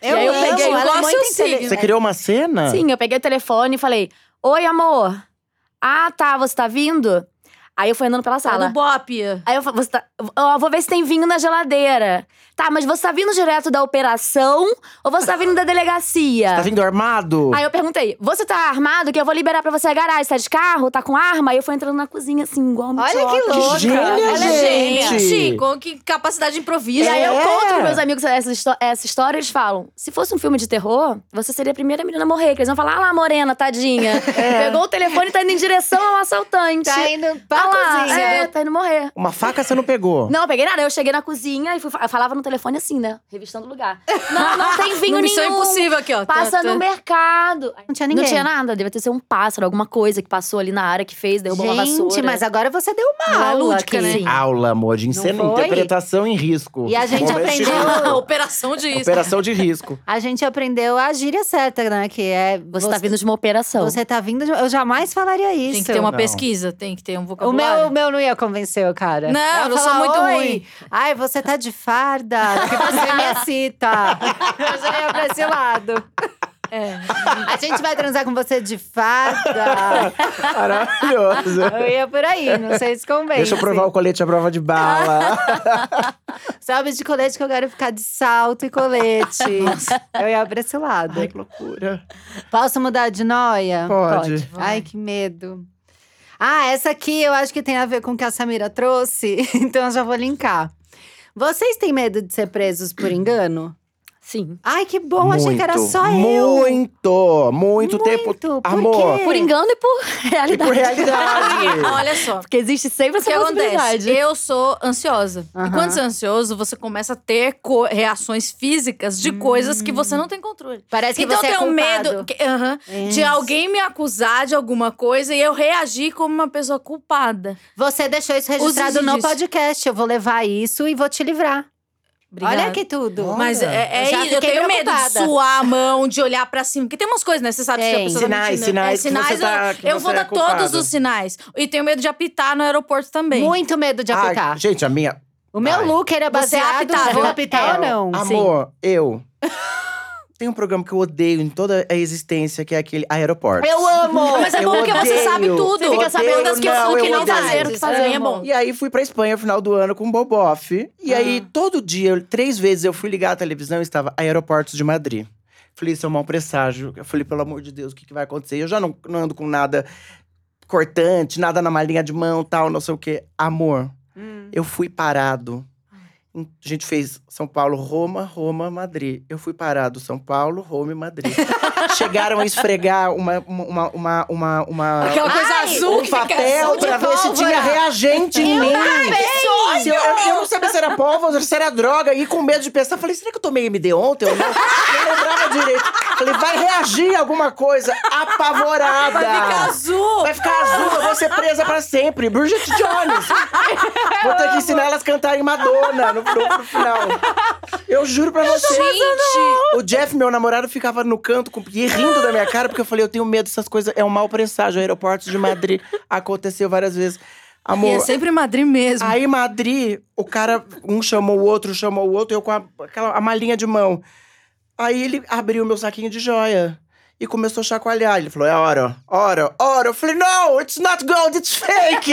Eu, aí eu amo, peguei, eu ela é gosto muito assim. inteligente. Você criou uma cena? Sim, eu peguei o telefone e falei: Oi, amor. Ah, tá, você tá vindo? Aí eu fui andando pela tá sala. no Bop. Aí eu falo, você tá, ó, vou ver se tem vinho na geladeira. Tá, mas você tá vindo direto da operação ou você tá vindo da delegacia? Tá vindo armado? Aí eu perguntei, você tá armado que eu vou liberar pra você a garagem? Tá de carro? Tá com arma? Aí eu fui entrando na cozinha assim, igual uma Olha que idiota. louca. Gênia, Ela é gente. gênia. Chico, que capacidade de improviso. E aí eu É. conto pros meus amigos essa, histó- essa história, eles falam: se fosse um filme de terror, você seria a primeira menina a morrer. Que eles vão falar, ah lá, morena, (laughs) tadinha. É. Pegou o telefone e tá indo em direção ao assaltante. Tá indo ah pra lá, cozinha. é, tá indo morrer. Uma faca você não pegou? Não, eu peguei nada. Eu cheguei na cozinha e fui, eu falava no telefone assim, né? Revistando o lugar. Não, (laughs) não tem vinho nenhum. No Missão Impossível aqui, ó. Passa Tá, tá. no mercado. Não tinha ninguém. Não tinha nada. Deve ter sido um pássaro, alguma coisa que passou ali na área que fez, derrubou uma Gente, vassoura. mas agora você deu uma Uma aula é lúdica, aqui. né? Aula, amor, de encenar foi? interpretação em risco. E a gente Momento de aprendeu- risco. é Operação de isso. Operação de risco. A gente aprendeu a gíria certa, né? Que é… Você, tá vindo de uma operação. Você tá vindo… de- Eu jamais falaria isso. Então. Tem que ter uma Não. pesquisa, tem que ter um O meu, o vocabulário. (laughs) meu não ia convencer o cara. Não, Ela eu não sou fala, muito "Oi, ruim." Ai, você tá de farda, que você (laughs) me excita. Eu já ia pra esse lado. É. A gente vai transar com você de farda. Maravilhoso. (laughs) Eu ia por aí, não sei se convence. Deixa eu provar o colete à prova (laughs) de bala. Sobe de colete que eu quero ficar de salto e colete. eu ia pra esse lado. Ai, que loucura. Posso mudar de noia? Pode. Ai, que medo. Ah, essa aqui eu acho que tem a ver com o que a Samira (laughs) trouxe, então eu já vou linkar. Vocês têm medo de ser presos por engano? Sim. Ai, que bom, achei que era só eu. muito, muito, tempo. Muito, por Amor, quê? Por engano e por e É. (laughs) realidade. (laughs) por realidade. Olha só. Porque existe sempre O que essa é possibilidade. acontece? Eu sou ansiosa. Aham. E quando você é ansioso, você começa a ter co- reações físicas de coisas que você não tem controle. Parece que então você eu é tenho culpado. medo que- aham, de Isso. alguém me acusar de alguma coisa e eu reagir como uma pessoa culpada. Você deixou isso registrado Use no disso. podcast. Eu vou levar isso e vou te livrar. Obrigada. Olha que tudo. Olha. Mas é, é Eu já isso. Eu fiquei tenho medo de preocupada. suar a mão, de olhar pra cima. Porque tem umas coisas, né? Você sabe se a Tem. pessoa tá Sinais, mentindo. sinais, É, sinais que você tá, que eu, eu você vou é dar culpada. todos os sinais. E tenho medo de apitar no aeroporto também. Muito medo de Ai, apitar. gente, a minha. o meu ai. look era Você baseado apitava? vou apitar É. ou Tá, não. Amor, eu. Tem um programa que eu odeio em toda a existência, que é aquele aeroporto. Eu amo! Mas é Eu bom porque você odeio. sabe tudo. Você fica sabendo das que não, o que eu não odeio. fazer, o que fazer. É bom. E aí fui pra Espanha no final do ano com o Boboff. E Ah. aí, todo dia, eu- três vezes eu fui ligar a televisão e estava Aeroportos de Madrid. Falei, isso é um mau presságio. Eu falei, pelo amor de Deus, o que, que vai acontecer? Eu já não, não ando com nada cortante, nada na malinha de mão, tal, não sei o quê. Amor, Hum. eu fui parado. Em- A gente fez São Paulo, Roma, Roma, Madrid. Eu fui parado São Paulo, Roma e Madrid. (laughs) Chegaram a esfregar uma, uma, uma, uma, uma Aquela coisa um azul que fica papel azul de pra ver se pólvora. tinha reagente em mim. É Se eu, eu- eu não sabia se era pólvora, se era droga. E com medo de pensar, falei, será que eu tomei MD ontem ou não? Não lembrava direito. Falei, vai reagir alguma coisa. Apavorada. Vai ficar azul. Vai ficar azul, eu vou ser presa pra sempre. Bridget Jones. Vou ter que ensinar elas a cantarem Madonna no, no- no final. Eu juro pra você. O Jeff, meu namorado, ficava no canto com, e rindo da minha cara, porque eu falei, eu tenho medo dessas coisas. É um mau presságio. Aeroportos de Madrid aconteceu várias vezes. E é Amor, sempre Madrid mesmo. aí em Madrid, o cara, um chamou o outro, chamou o outro, eu com a, aquela a malinha de mão. Aí ele abriu meu saquinho de joia. E começou a chacoalhar. Ele falou: é hora, hora, hora. Eu falei: no, it's not gold, it's (laughs) fake.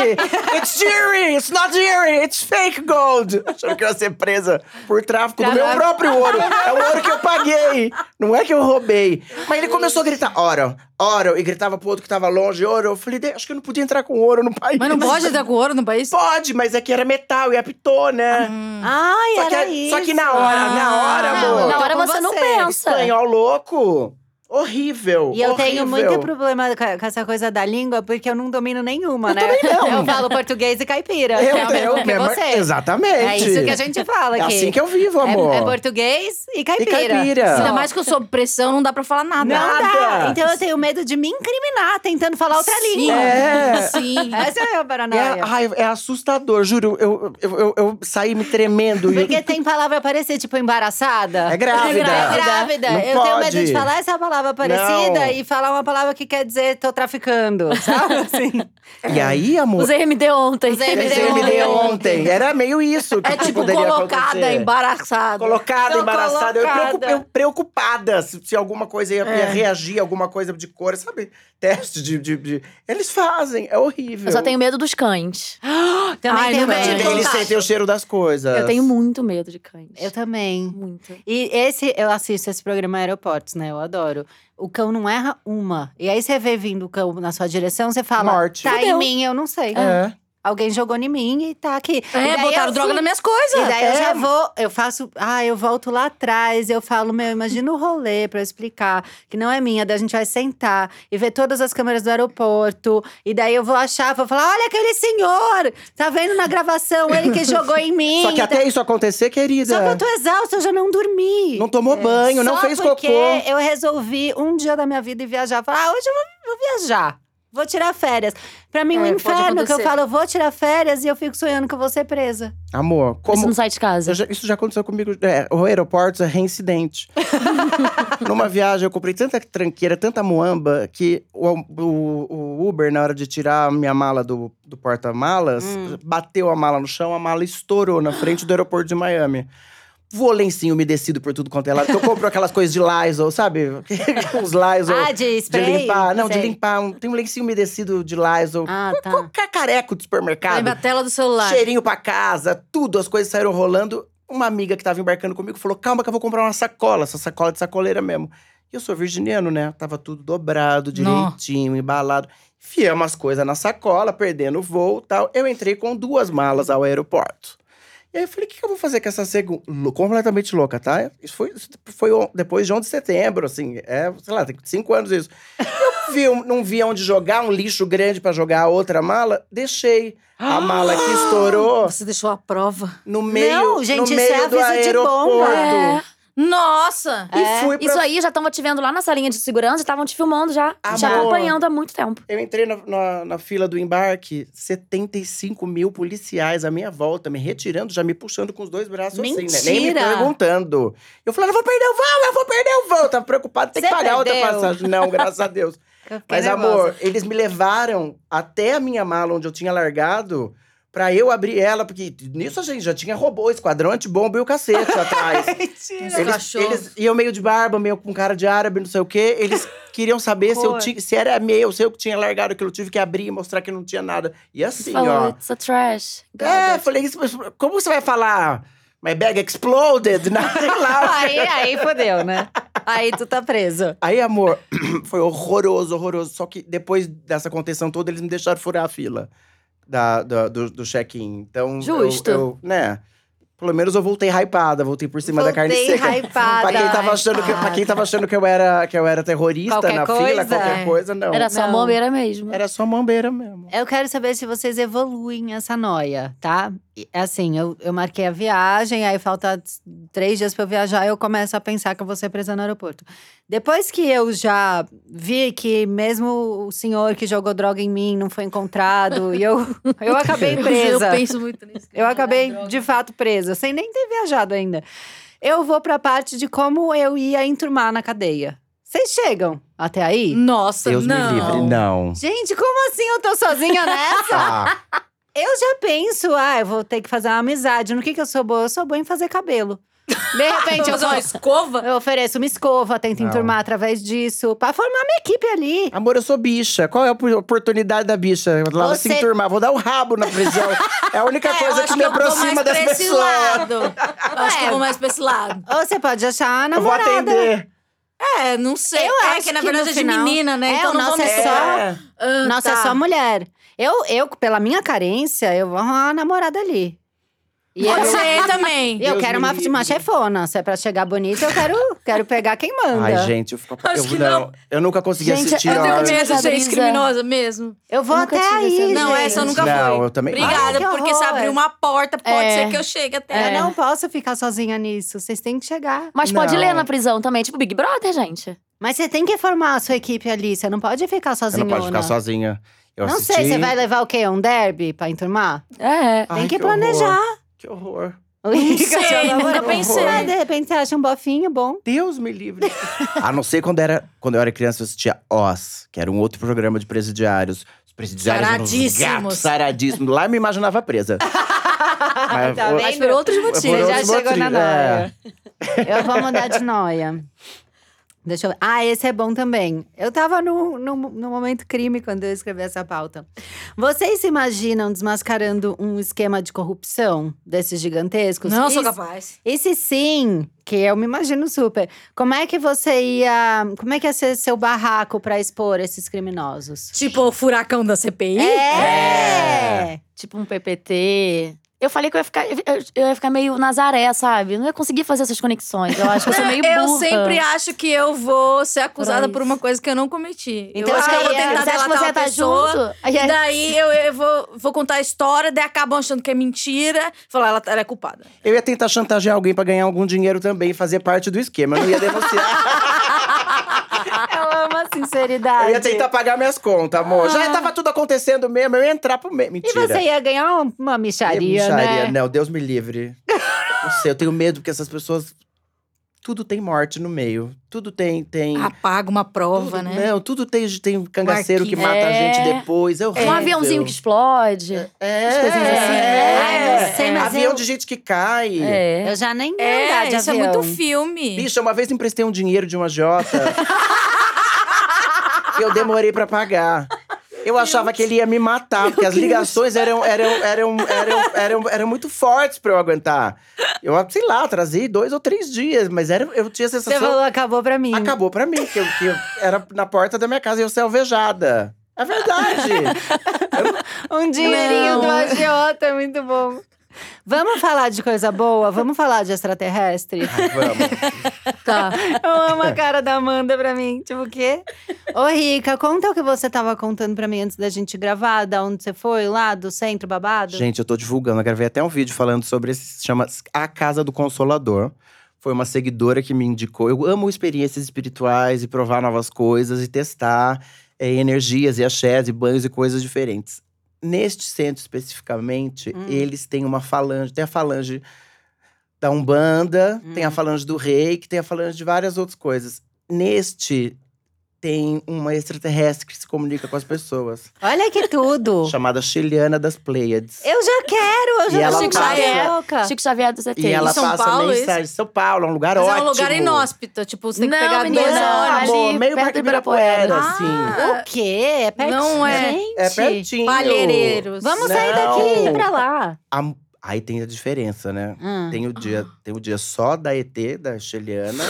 It's jewelry, it's not jewelry, it's fake gold. Achando que eu ia ser presa por tráfico do meu próprio ouro. É o ouro que eu paguei. Não é que eu roubei. Mas ele começou a gritar: hora, hora. E gritava pro outro que tava longe: ouro. Eu falei: "De- acho que eu não podia entrar com ouro no país. Mas não pode dar com ouro no país? Pode, mas é que era metal e apitou, né? Ai, só, que, Ah, era a- isso. Ah, só que na hora, na hora, Não, amor. na hora com você, não você. pensa. Espanhol louco. Horrível. E eu tenho horrível. muito problema com com essa coisa da língua, porque eu não domino nenhuma, né? não. Eu falo português e caipira. Eu, é o mesmo eu que mesma- você. Exatamente. É isso que a gente fala É aqui. assim que eu vivo, É- amor. É, português e caipira. caipira. Ainda mais que eu sob pressão, não dá pra falar nada. Não. Nada. Nada. Então eu tenho medo de me incriminar tentando falar outra Sim. língua. É. Sim. Essa é a É, paranoia. ai, é assustador, juro. Eu, eu, eu, eu saí me tremendo. e- Porque tem palavra parecida, tipo embaraçada. É grávida. É grávida. Não eu tenho medo pode. de falar essa palavra parecida Não. e falar uma palavra que quer dizer tô traficando, (laughs) sabe? Assim. E aí, amor? Usei MD ontem. Usei MD Esse MD ontem. Era meio isso que É tipo poderia colocada, acontecer. embaraçada. Colocada, Tô embaraçada. Eu colocada. preocup- Eu preocupada se, se alguma coisa ia, ia reagir, alguma coisa de cor, sabe? Teste de. de- de- Eles fazem, é horrível. Eu só tenho medo dos cães. Também Ai, tenho nunca medo tive de Eles contar. sentem o cheiro das coisas. Eu tenho muito medo de cães. Eu também. Muito. E esse, eu assisto esse programa Aeroportos, né? Eu adoro. O cão não erra uma. E aí você vê vindo o cão na sua direção, você fala, Morte. tá em Fudeu. mim, eu não sei. É. Alguém jogou em mim e tá aqui. E É, daí botaram eu droga fui- nas minhas coisas. E daí eu É. já vou, eu faço, ah, eu volto lá atrás, eu falo, meu, imagina o rolê pra eu explicar que não é minha, daí a gente vai sentar e ver todas as câmeras do aeroporto, e daí eu vou achar, vou falar, olha aquele senhor, tá vendo na gravação, ele que jogou em mim. Só que Daí- até isso acontecer, querida. Só que eu tô exausta, eu já não dormi. é. Não tomou banho, não Só fez porque cocô. eu resolvi um dia da minha vida ir viajar. Falar, ah, hoje eu vou, vou viajar. Vou tirar férias. Pra mim, é, um É, pode inferno que eu acontecer. falo, eu vou tirar férias e eu fico sonhando que eu vou ser presa. Amor, Isso como. não sai de casa. eu já- isso já aconteceu comigo. É, o aeroporto (laughs) é reincidente. Numa viagem, eu comprei tanta tranqueira, tanta muamba, que o, o- o Uber, na hora de tirar a minha mala do, do porta-malas, Hum. bateu a mala no chão, a mala estourou na frente do aeroporto de Miami. Vou lencinho umedecido por tudo quanto é lado. que Eu compro aquelas coisas de Lysol, sabe? (laughs) Os Lysol. Ah, de de spray? limpar. Não, de Sei. limpar. um- Tem um lencinho umedecido de Lysol. Ah, tá. Qualquer careco do supermercado. Lembra a tela do celular. Cheirinho pra casa, tudo, as coisas saíram rolando. Uma amiga que tava embarcando comigo falou: calma que eu vou comprar uma sacola, essa sacola de sacoleira mesmo. E eu sou virginiano, né? Tava tudo dobrado, direitinho, embalado. Enfiamos as coisas na sacola, perdendo o voo e tal. Eu entrei com duas malas ao aeroporto. E aí eu falei, o que, que eu vou fazer com essa cego lou- completamente louca, tá? Isso foi, isso foi on- depois de 11 de setembro, assim. É, sei lá, tem cinco anos isso. Eu vi, um- não via onde jogar um lixo grande pra jogar a outra mala, deixei a Ah! mala que estourou Você deixou a prova. no meio, gente, no isso é meio do aviso de bomba. É, aeroporto. É. Nossa! E fui pra Isso aí já estavam te vendo lá na salinha de segurança, estavam te filmando já, te Amor. acompanhando há muito tempo. Eu entrei na, na- na fila do embarque, 75 mil policiais à minha volta, me retirando, já me puxando com os dois braços assim, né? Nem me Mentira! perguntando. Eu falei, eu vou perder o voo, eu vou perder o voo. Tava preocupado, tem que Você pagar outra perdeu? passagem. Não, graças (laughs) a Deus. Eu fiquei Mas, nervosa. amor, eles me levaram até a minha mala onde eu tinha largado pra eu abrir ela, porque nisso a gente já tinha robô, esquadrão antibomba e o (laughs) cacete atrás. Mentira. Os Eles, cachorros. eles iam meio de barba, meio com cara de árabe, não sei o quê. Eles queriam saber se, eu Cor. ti- se era meu, se eu que tinha largado aquilo. Eu tive que abrir e mostrar que não tinha nada. E assim, Falou, ó. it's a trash. É, falei, isso, mas como você vai falar? My bag exploded? (laughs) Não, sei lá. Aí, aí fodeu, né? Aí tu tá preso. Aí, amor, (clears throat) foi horroroso, horroroso. Só que depois dessa contenção toda, eles me deixaram furar a fila da- da- do, do check-in. Então, eu- Justo. eu, né? Pelo menos eu voltei hypada, voltei por cima da carne Voltei seca. hypada. Pra quem, tava achando que, pra quem tava achando que eu era, que eu era terrorista Qualquer na coisa, fila, qualquer é. coisa, não. Era só Não. bobeira mesmo. Era só mambeira mesmo. Eu quero saber se vocês evoluem essa noia, tá? E, Assim, eu, eu marquei a viagem, aí falta s- três dias pra eu viajar, eu começo a pensar que eu vou ser presa no aeroporto. Depois que eu já vi que mesmo o senhor que jogou droga em mim não foi encontrado, e eu, eu acabei presa. (laughs) Eu penso muito nisso. Eu acabei, de fato, presa, sem nem ter viajado ainda. Eu vou pra parte de como eu ia enturmar na cadeia. Vocês chegam até Hum. aí? Nossa, não. não. Gente, como assim eu tô sozinha (laughs) nessa? Ah, eu já penso, ah, eu vou ter que fazer uma amizade. No que que eu sou boa? Eu sou boa em fazer cabelo. De repente, (laughs) eu, Fazer uma escova? eu ofereço uma escova, tento Não. enturmar através disso. Pra formar minha equipe ali. amor, eu sou bicha. Qual é a opor- oportunidade da bicha? Lá vai se Você- enturmar, vou dar um rabo na prisão. é a única (laughs) É, eu coisa acho que me eu vou aproxima mais das pra esse pessoas. (laughs) Lado. Eu acho que eu vou mais pra esse lado. Ou você pode achar a Eu vou namorada. atender. É, não sei. Eu é acho que na que verdade no é de final- menina, né? É, então o não nosso vou me é só- É. Ah, Nossa, é tá. só mulher. Eu, eu, pela minha carência, eu vou arrumar uma namorada ali. E é eu, Pode (laughs) ser e também. eu Deus quero me uma, livre. uma chefona. Se é pra chegar bonita, eu quero, quero pegar quem manda. Ai, gente, eu fico. Acho eu, que não, eu nunca consegui Gente, assistir. eu Eu a tenho tenho hora. Olha, medo de essa ser brisa. criminosa mesmo. eu vou nunca até tive aí, essa gente. brisa. Não, essa eu nunca fui. Não, eu também. Obrigada, Ai, que porque se horror. abrir uma porta, pode É. ser que eu chegue até. Eu não posso ficar sozinha nisso. Vocês têm que chegar. Mas pode Não. ler na prisão também, tipo Big Brother, gente. Mas você tem que formar a sua equipe ali. Você não pode ficar Você sozinha. não pode ficar sozinha. Eu Não assisti. sei, você vai levar o quê? Um derby pra enturmar? É. Ai, tem que, horror, planejar. Que horror. (laughs) Não sei, nunca pensei. Ah, de repente você acha um bofinho bom. Deus me livre. (laughs) a não ser quando, era, quando eu era criança, eu assistia Oz, que era um outro programa de presidiários. Os presidiários eram uns Saradíssimos. gatos saradíssimos. Lá eu me (laughs) imaginava presa. Mas, Tá o- vendo? Mas por outros motivos. Por é. já outros chegou na motivos, noia. Eu vou mudar de noia. Deixa eu ver. Ah, esse é bom também. Eu tava no, no, no momento crime quando eu escrevi essa pauta. Vocês se imaginam desmascarando um esquema de corrupção desses gigantescos? Não, E sou se- capaz. E se sim, que eu me imagino super, como é que você ia… Como é que ia ser seu barraco pra expor esses criminosos? Tipo, o furacão da CPI? É! Tipo um PPT. Eu falei que eu ia ficar, eu, eu ia ficar meio Nazaré, sabe? Eu não ia conseguir fazer essas conexões. Eu acho que eu sou meio burra. (laughs) Eu sempre acho que eu vou ser acusada Pra por uma coisa que eu não cometi. Então eu acho que eu aí vou é- tentar você acha delatar que você uma tá pessoa. junto? Aí é- Daí eu, eu vou, vou contar a história, daí acabam achando que é mentira. Falar, ela, ela é culpada. Eu ia tentar chantagear alguém pra ganhar algum dinheiro também e fazer parte do esquema. Eu não (laughs) ia denunciar. (laughs) Eu amo a sinceridade. eu ia tentar pagar minhas contas, amor. Já tava tudo acontecendo mesmo, eu ia entrar pro meio. Ah. E Mentira. você ia ganhar um, uma micharia, né? Não, Deus (laughs) me livre. não sei, eu tenho medo porque essas pessoas. Tudo tem morte no meio. Tudo tem. tem... Ah, Apaga uma prova, tudo- né? Não, tudo tem, tem um cangaceiro que Arquivo. mata É. a gente depois. É horrível. Um aviãozinho que explode. É. As coisinhas assim, é. né? Ai, não sei, mas Avião eu- de gente que cai. É. Eu já nem ia andar É, de isso é avião. muito filme. Bicha, uma vez emprestei um dinheiro de uma Jota. que eu demorei pra pagar. Eu achava que ele ia me matar, porque as ligações eram, eram, eram, eram, eram, eram muito fortes pra eu aguentar. Eu, sei lá, trazia dois ou três dias, mas era, eu tinha a Você sensação. falou, acabou pra mim. Acabou pra mim, que eu, que eu era na porta da minha casa e eu ser alvejada. É verdade. Um dinheirinho Não. do agiota, é muito bom. Vamos falar de coisa boa? Vamos falar de extraterrestre? Vamos. Tá. Eu amo a cara da Amanda pra mim. Tipo, o quê? Ô, Rica, conta o que você tava contando pra mim antes da gente gravar, da onde você foi, lá do centro babado. (laughs) Gente, eu tô divulgando. Eu gravei até um vídeo falando sobre esse. Chama A Casa do Consolador. Foi uma seguidora que me indicou. Eu amo experiências espirituais e provar novas coisas e testar eh, energias e axés e banhos e coisas diferentes. Neste centro especificamente, Hum. eles têm uma falange. Tem a falange da Umbanda, tem a falange do Reiki, tem a falange de várias outras coisas. Neste, tem uma extraterrestre que se comunica com as pessoas, Olha que tudo! chamada Chiliana das Pleiades. Eu já quero! Eu E já ela tô passa- tá louca. (laughs) Chico Xavier do ZT. E ela Em São passa Paulo, mensagem. São Paulo, é um lugar Mas ótimo. Tá é um lugar inóspito. Tipo, você tem que Não, pegar menina, duas não, horas. ali amor, meio perto Parque do Ibirapuera, Ibirapuera. assim. O quê? É pertinho? Não é. Ah, Gente. é pertinho. Palheireiros. Vamos Não. sair daqui e ir pra lá. A- aí tem a diferença, né? Hum. Tem o dia, tem o dia só da ET, da Cheliana.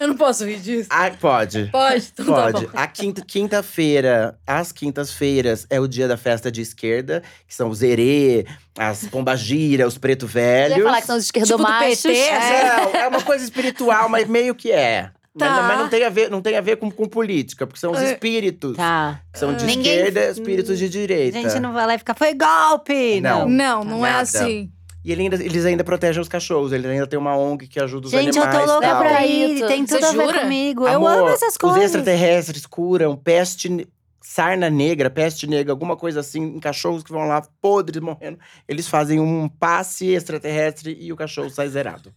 Eu não posso rir disso. Ah, pode. Pode, então tá Pode. bom. A quinta- quinta-feira, às quintas-feiras, é o dia da festa de esquerda, que são os erê, as pombagira, os preto Eu velhos. ia falar que são os tipo do esquerdomachos. PT, é. Não, é uma coisa espiritual, mas meio que é. Tá. Mas, mas não tem a ver, não tem a ver com, com política, porque são os espíritos. É. Tá. que São de Ninguém- esquerda, espíritos de A direita. gente não vai lá e ficar. Foi golpe! Não. Não, não é Nada. assim. E ele ainda- eles ainda protegem os cachorros, eles ainda têm uma ONG que ajuda os Gente, eu animais. tô louca tal. pra ir. Você Tem tudo a ver jura? comigo. Amor, eu amo essas coisas. Os extraterrestres curam peste, ne- sarna negra, peste negra, alguma coisa assim, em cachorros que vão lá podres, morrendo. Eles fazem um passe extraterrestre e o cachorro sai zerado.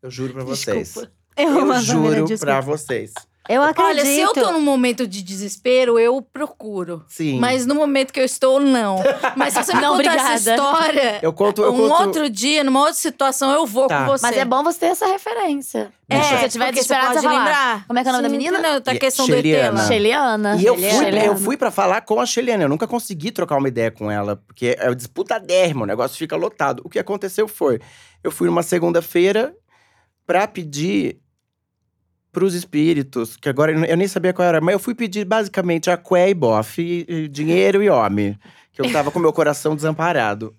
Eu juro pra vocês. (laughs) Eu, amo tá- Eu essa menina, juro desculpa. pra vocês. Eu acredito. Olha, se eu tô num momento de desespero, eu procuro. Sim. Mas no momento que eu estou, não. (laughs) Mas se você me Não, contar obrigada. essa história, eu conto, eu um conto. outro dia, numa outra situação, eu vou Tá. com você. Mas é bom você ter essa referência. É, se você tiver porque desesperado, pode você vai falar. lembrar. Como é que é o nome da Sim, menina? Não, tá Ye- a questão do ET Sheliana. lá. Cheliana. E eu é fui, Cheliana. eu fui pra falar com a Cheliana. Eu nunca consegui trocar uma ideia com ela, porque é disputa o negócio fica lotado. O que aconteceu foi: eu fui numa segunda-feira pra pedir pros espíritos, que agora eu n- eu nem sabia qual era, mas eu fui pedir basicamente a Qué e Bofe, e dinheiro e homem, que eu tava com meu coração desamparado.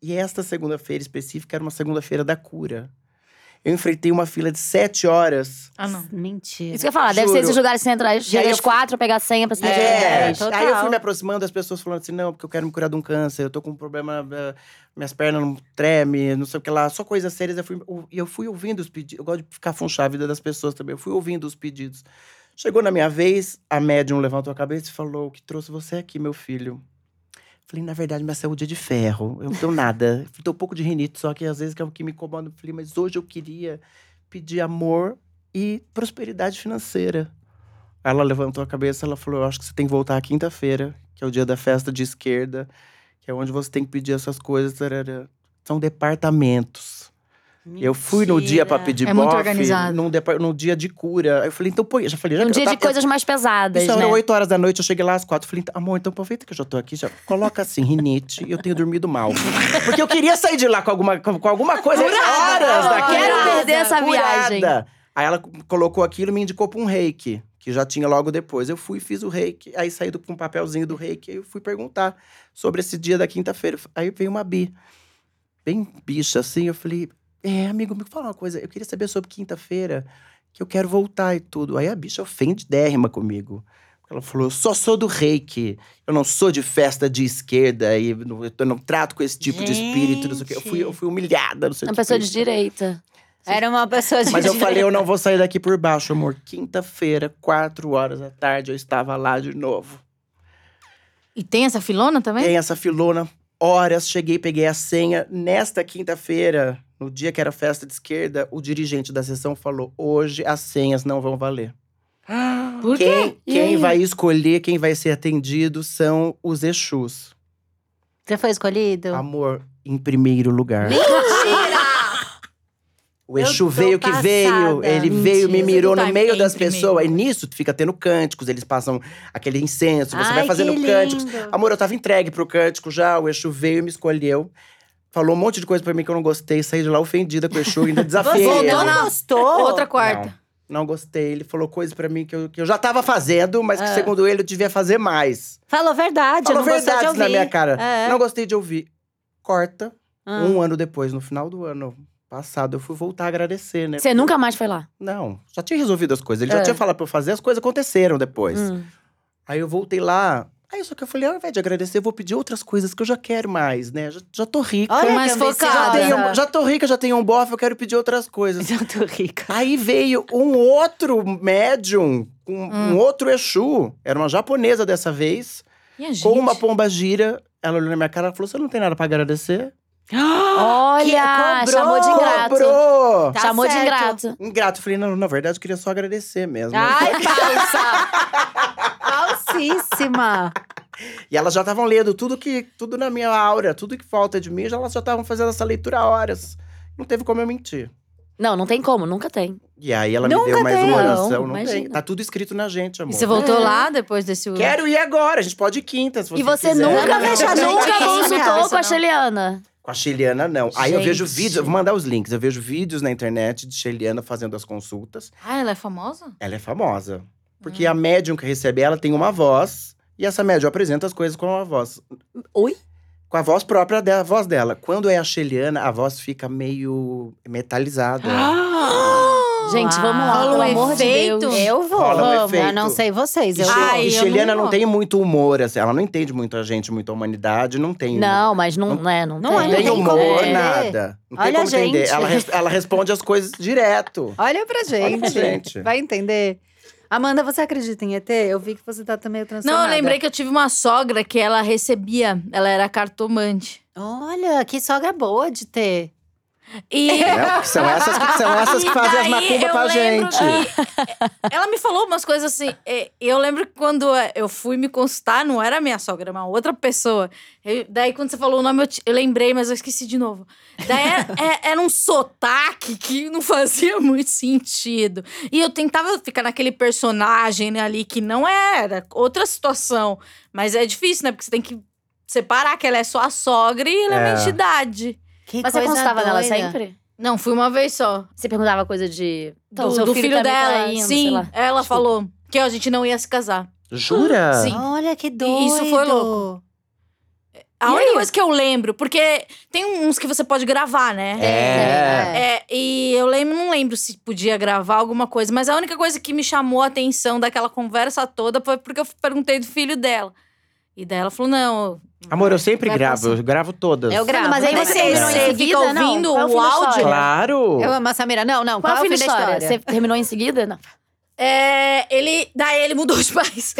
E esta segunda-feira específica era uma segunda-feira da cura. Eu enfrentei uma fila de sete horas. Ah, não. Mentira. Isso que eu ia falar, deve Juro. ser esses lugares centrais. E aí Chega eu às fui- quatro, pegar a senha pra É, sair às dez. total. Aí eu fui me aproximando das pessoas falando assim: não, porque eu quero me curar de um câncer, eu tô com um problema, eh, minhas pernas não tremem, não sei o que lá, só coisas sérias. Eu fui, ou- e eu fui ouvindo os pedidos, eu gosto de ficar funchar a vida das pessoas também, eu fui ouvindo os pedidos. Chegou na minha vez, a médium levantou a cabeça e falou: o que trouxe você aqui, meu filho? Falei, na verdade, minha saúde é de ferro. Eu não tenho nada. (laughs) Eu tenho um pouco de rinite, só que às vezes que é o que me incomoda. Eu Falei, mas hoje eu queria pedir amor e prosperidade financeira. Ela levantou a cabeça, ela falou, eu acho que você tem que voltar à quinta-feira, que é o dia da festa de esquerda, que é onde você tem que pedir essas coisas. tarará. São departamentos. Eu fui no dia pra Mentira. pedir É muito bofe, organizado. num, depar- num dia de cura. Aí Eu falei, então põe. Eu Já falei, já Um que eu dia de tava- eu coisas mais pesadas, isso era né? 8 horas da noite, eu cheguei lá às 4. Falei, amor, então aproveita que eu já tô aqui, já coloca assim, rinite, eu tenho dormido mal. Porque eu queria sair de lá com alguma, com, com alguma coisa horas não daquela. quero perder essa viagem. curada. Aí ela colocou aquilo e me indicou pra um reiki, que já tinha logo depois. Eu fui, fiz o reiki, aí saí do- com um papelzinho do reiki, aí eu fui perguntar sobre esse dia da quinta-feira. Aí veio uma bi, bem bicha assim, eu falei, é, amigo, me fala uma coisa, eu queria saber sobre quinta-feira, que eu quero voltar e tudo. Aí a bicha ofende dérrima comigo. Ela falou, eu só sou do reiki, eu não sou de festa de esquerda, e não- eu não trato com esse tipo de espírito, não sei o quê. Eu fui, eu fui humilhada, não sei o Uma que. pessoa de direita. Era uma pessoa de. Mas (laughs) eu falei, eu não vou sair daqui por baixo, amor. Quinta-feira, quatro horas da tarde, eu estava lá de novo. E tem essa filona também? Tem essa filona, horas, cheguei, peguei a senha. Nesta quinta-feira, no dia que era festa de esquerda, o dirigente da sessão falou: hoje as senhas não vão valer. (gasps) Por quê? Quem, quem vai escolher, quem vai ser atendido são os Exus. Você foi escolhido? Amor, em primeiro lugar. Mentira! O Eu Exu tô veio que veio, passada. ele veio, me Mentira. mirou Tá no meio em das primeiro. pessoas. E nisso fica tendo cânticos, eles passam aquele incenso, você vai Ai, fazendo que cânticos. lindo. Amor, eu tava entregue pro cântico já, o Exu veio e me escolheu. Falou um monte de coisa pra mim que eu não gostei, saí de lá ofendida com o Exu, ainda desafiei. Você ele. não na- gostou? Outra quarta. Não, não gostei, ele falou coisa pra mim que eu, que eu já tava fazendo, mas que segundo ele eu devia fazer mais. Falou verdade, Ah. eu Falou não gostei de verdades ouvir. na minha cara. É. Não gostei de ouvir. Corta. Ah. Um ano depois, no final do ano passado, eu fui voltar a agradecer, né? Você nunca mais foi lá. Não, já tinha resolvido as coisas. Ele É. já tinha falado pra eu fazer, as coisas aconteceram depois. Hum. Aí eu voltei lá. Aí só que eu falei, ao invés de agradecer, eu vou pedir outras coisas que eu já quero mais, né? Já, já tô rica. Olha mais que ambiciosa. já, focada. tenho- (laughs) já tô rica, já tenho um bofe, eu quero pedir outras coisas. (laughs) Eu tô rica. Aí veio um outro médium, um, Hum. um outro Exu. Era uma japonesa dessa vez. Minha gente. Com uma pomba gira. Ela olhou na minha cara e falou, você não tem nada pra agradecer? Olha, Que cobrou, chamou de ingrato. Cobrou! Tá chamou certo. de ingrato. Ingrato. Eu falei, não, na verdade, eu queria só agradecer mesmo. Ai, falsa. Falsíssima. E elas já estavam lendo tudo que tudo na minha aura, tudo que falta de mim, já elas já estavam fazendo essa leitura há horas. Não teve como eu mentir. não, não tem como, nunca tem. E aí ela me Nunca deu mais tem, uma não, oração. Não, tem. imagina. Tá tudo escrito na gente, amor. E você voltou lá depois desse. Quero ir agora, a gente pode ir quinta, se você e você quiser. (laughs) nunca, Não, não, não, não, nunca não, não, não, não. consultou com a Cheliana. Com a Cheliana, não. Aí eu Gente. vejo vídeos, eu vou mandar os links. Eu vejo vídeos na internet de Cheliana fazendo as consultas. Ah, ela é famosa? Ela é famosa. Porque a médium que recebe ela tem uma voz. E essa médium apresenta as coisas com a voz. Oi? Com a voz própria dela, a voz dela. Quando é a Cheliana, a voz fica meio metalizada. Ah! Ah! Gente, vamos lá, Rola um pelo amor de efeito. Deus. Eu vou. Rola um Vamos, eu efeito. não sei vocês. E, Eu Che- Ah, Ai, e eu não Cheliana não, vou. tem muito humor, assim. Ela não entende muito a gente, muito a humanidade. Não tem. Não, mas não, não é, não, Não Não é, tem tem como humor, entender. nada. Não Olha tem a como entender. gente. Ela, res- ela responde as coisas direto. Olha pra gente. Olha pra gente. Vai entender. Amanda, você acredita em ET? Eu vi que você tá também transformada. Não, eu lembrei que eu tive uma sogra que ela recebia, ela era cartomante. Olha, que sogra boa de ter. E né? Porque São essas que, são essas que E fazem as daí macumbas eu pra lembro gente. que ela me falou umas coisas assim. é, Eu lembro que quando é, eu fui me consultar, não era minha sogra, era uma outra pessoa. Eu- daí, quando você falou o nome, eu, te- eu lembrei, mas eu esqueci de novo. Daí era, (laughs) é- era um sotaque que não fazia (laughs) muito sentido. E eu tentava ficar naquele personagem né, ali que não era, outra situação. Mas é difícil, né? Porque você tem que separar que ela é só a sogra e ela é, É. uma entidade. Que Mas você coisa consultava nela doida. sempre? Não, fui uma vez só Você perguntava coisa de. Então, do, seu do filho, filho, tá me dela. traindo, Sim, sei lá. ela Desculpa. falou que a gente não ia se casar. Jura? Sim. Olha que doido. isso foi louco. A E única aí? coisa que eu lembro, porque tem uns que você pode gravar, né? É. e eu lembro, não lembro se podia gravar alguma coisa, mas a única coisa que me chamou a atenção daquela conversa toda foi porque eu perguntei do filho dela. E daí ela falou: não. Amor, eu sempre Vai gravo, passar. eu gravo todas. Eu gravo. mas aí Mas você você terminou você em seguida, fica não? ouvindo Qual é o o fim da áudio? história? Claro! Eu amo a Samira. Não, não. Qual é o fim da história? história? Você terminou em seguida? Não. É, ele. Daí ele mudou os pais.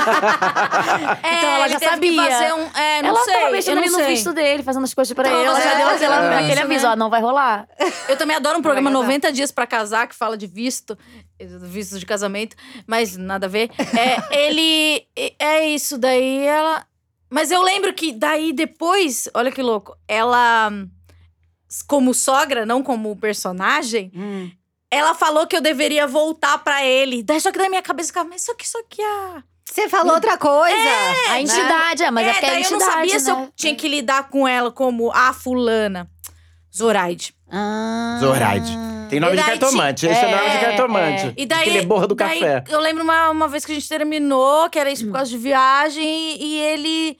É, (laughs) Então ela ele já teve que sabia. fazer um. É, não ela sei. tava eu mexendo não ali no sei. visto dele, fazendo as coisas pra Então, ele. Ela mas já é, deu aquela- é, aquele isso, aviso, né? ó, não vai rolar. Eu também adoro um programa Vai casar. 90 dias pra casar, que fala de visto, visto de casamento, mas nada a ver. (laughs) É, ele. É isso, daí ela. Mas eu lembro que daí depois, olha que louco, ela. Como sogra, não como personagem, Hum. ela falou que eu deveria voltar pra ele. Daí só que na minha cabeça ficava, mas só que isso aqui é. Você falou outra coisa. A entidade, é, mas é, é, porque é a daí eu entidade, não sabia se né? eu tinha que lidar com ela como a fulana. Zoraide. Ah. Zoraide. Tem nome de Verdade. cartomante, esse é, É, nome de cartomante. é. E daí, Aquele borra do daí, café. Eu lembro uma, uma vez que a gente terminou, que era isso por causa de viagem, e, e ele.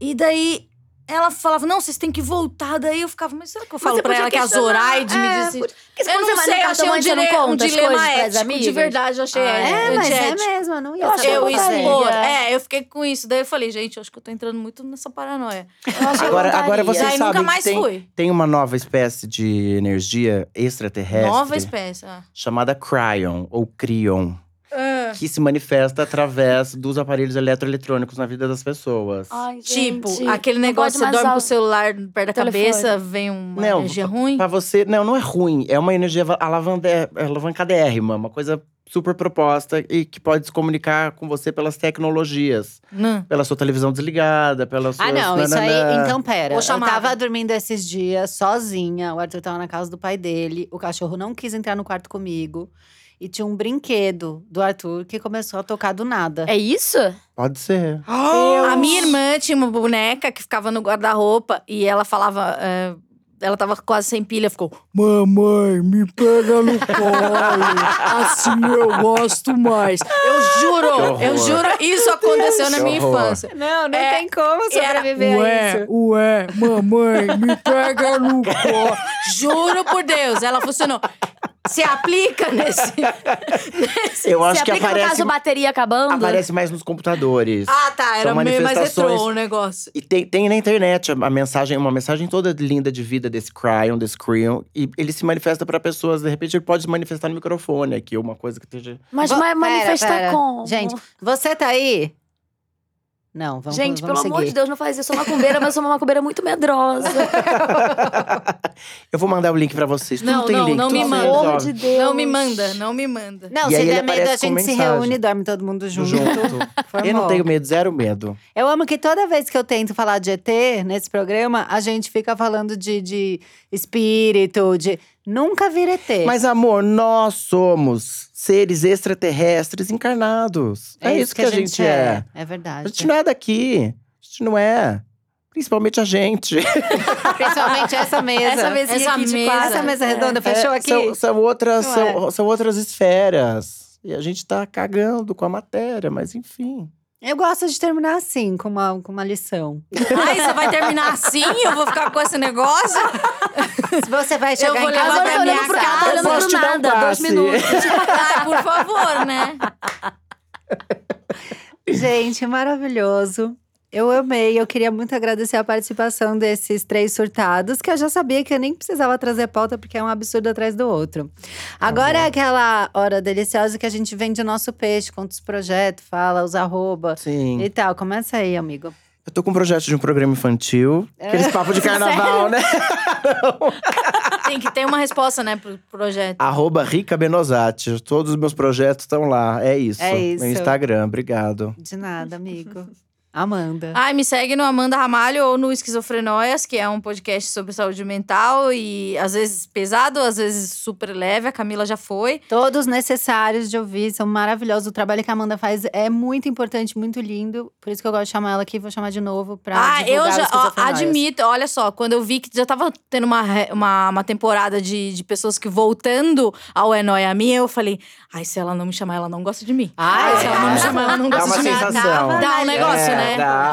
E daí ela falava: não, vocês têm que voltar. Daí eu ficava, mas será que eu falo você pra podia ela que a questionar. Zoraide me É, disse? por- Porque Eu quando você não vai sei, no eu achei um, cartomante, você não dile- um conta as coisas dilema pras ético. De amigas? verdade, eu achei Ah, é, É, mas é antiético. mesmo. Eu não ia Eu achei saber. Eu, isso, vontade. pô, Olha. é, eu fiquei com isso. Daí eu falei, gente, eu acho que eu tô entrando muito nessa paranoia. Eu acho que eu Agora, voltaria. agora vocês Daí nunca sabem que mais tem, fui. tem uma nova espécie de energia extraterrestre. Nova espécie. ah. Chamada Cryon, ou Crion. Ah, Que se manifesta através dos aparelhos eletroeletrônicos na vida das pessoas. Ai, Tipo, gente. aquele Não negócio, você pode mais dorme usar com o- o celular perto da telefone. cabeça, vem uma Não, energia ruim. Pra você. Não, não é ruim. É uma energia va- alavande- alavancadérrima, uma coisa super proposta e que pode se comunicar com você pelas tecnologias. Não. Pela sua televisão desligada, pela sua. Ah, não, isso aí. Então, pera. Vou Eu chamar. tava dormindo esses dias sozinha. O Arthur tava na casa do pai dele. O cachorro não quis entrar no quarto comigo. E tinha um brinquedo do Arthur que começou a tocar do nada. É isso? Pode ser. A minha irmã tinha uma boneca que ficava no guarda-roupa e ela falava. é, ela tava quase sem pilha, ficou: Mamãe, me (laughs) pega no colo. Assim eu gosto mais. Eu juro, Que horror. eu juro, isso aconteceu na Que minha horror. infância. Não, não É, tem como era- sobreviver a isso. ué, mamãe, me pega (laughs) no colo. Juro por Deus, ela funcionou. Se (laughs) aplica nesse. Eu Se acho que aplica no aparece, caso bateria acabando. aparece mais nos computadores. Ah, tá, São era meio mais manifestações. retrô o negócio. E tem, tem na internet a, a mensagem, uma mensagem toda linda de vida desse Cryon, desse Creon. E ele se manifesta pra pessoas, de repente ele pode se manifestar no microfone aqui, uma coisa que esteja. Mas Vo- ma- pera, manifesta pera. como? Gente, você tá aí? Não, vamos Gente, vamos pelo seguir. amor de Deus, não faz isso. Eu sou macumbeira, mas eu sou uma macumbeira muito medrosa. Eu vou mandar o link pra vocês. Tudo Não, tem não, link. não tudo me tem manda. link, Pelo ó, Deus. Não me manda, não me manda. Não, E se aí ele der medo, a aparece com gente se mensagem. reúne e dorme todo mundo junto. um Junto. (laughs) Eu não Formou. tenho medo, zero medo. Eu amo que toda vez que eu tento falar de ET nesse programa, a gente fica falando de, de espírito, de. Nunca vir ET. Mas, amor, nós somos seres extraterrestres encarnados. É, isso que, a gente, é. É, verdade. A gente não é daqui. A gente não é. Principalmente a gente. Principalmente essa mesa. Essa mesinha Essa aqui de mesa. quatro. é. Essa mesa redonda fechou É, aqui? São, são outras, Então Não é. são, são outras esferas. E a gente tá cagando com a matéria, mas enfim. Eu gosto de terminar assim, com uma, com uma lição. Ai, você vai terminar assim? Eu vou ficar com esse negócio? Se você vai chegar vou em casa, Agora eu tô levar da vai minha olhando pro cara. ela, tô Eu olhando posso pro te dar um nada. Dois passe. minutos. Ai, por favor, né? Gente, maravilhoso. Eu amei, eu queria muito agradecer a participação desses três surtados, que eu já sabia que eu nem precisava trazer pauta, porque é um absurdo atrás do outro. Agora é aquela hora deliciosa que a gente vende o nosso peixe, conta os projetos, fala os arroba Sim. e tal. Começa aí, amigo. Eu tô com um projeto de um programa infantil. Aqueles É. (laughs) papos de carnaval, né? Tem que ter uma resposta, né, pro projeto. Arroba Rica Benosati. Todos os meus projetos estão lá. É isso. É isso. No Instagram, obrigado. De nada, amigo. Ah. Amanda. Ai, me segue no Amanda Ramalho ou no Esquizofrenóias, que é um podcast sobre saúde mental e às vezes pesado, às vezes super leve. A Camila já foi. Todos necessários de ouvir, são maravilhosos. O trabalho que a Amanda faz é muito importante, muito lindo. Por isso que eu gosto de chamar ela aqui, vou chamar de novo pra ah, eu divulgar já os ó, esquizofrenóias. admito, olha só, quando eu vi que já tava tendo uma, re- uma, uma temporada de, de pessoas que voltando ao É Nóia Minha, eu falei, ai, se ela não me chamar, ela não gosta de mim. Ai, se ela não me chamar, ela não Ah, é? Dá gosta uma de mim. sensação. Dá um negócio, É, dá. né?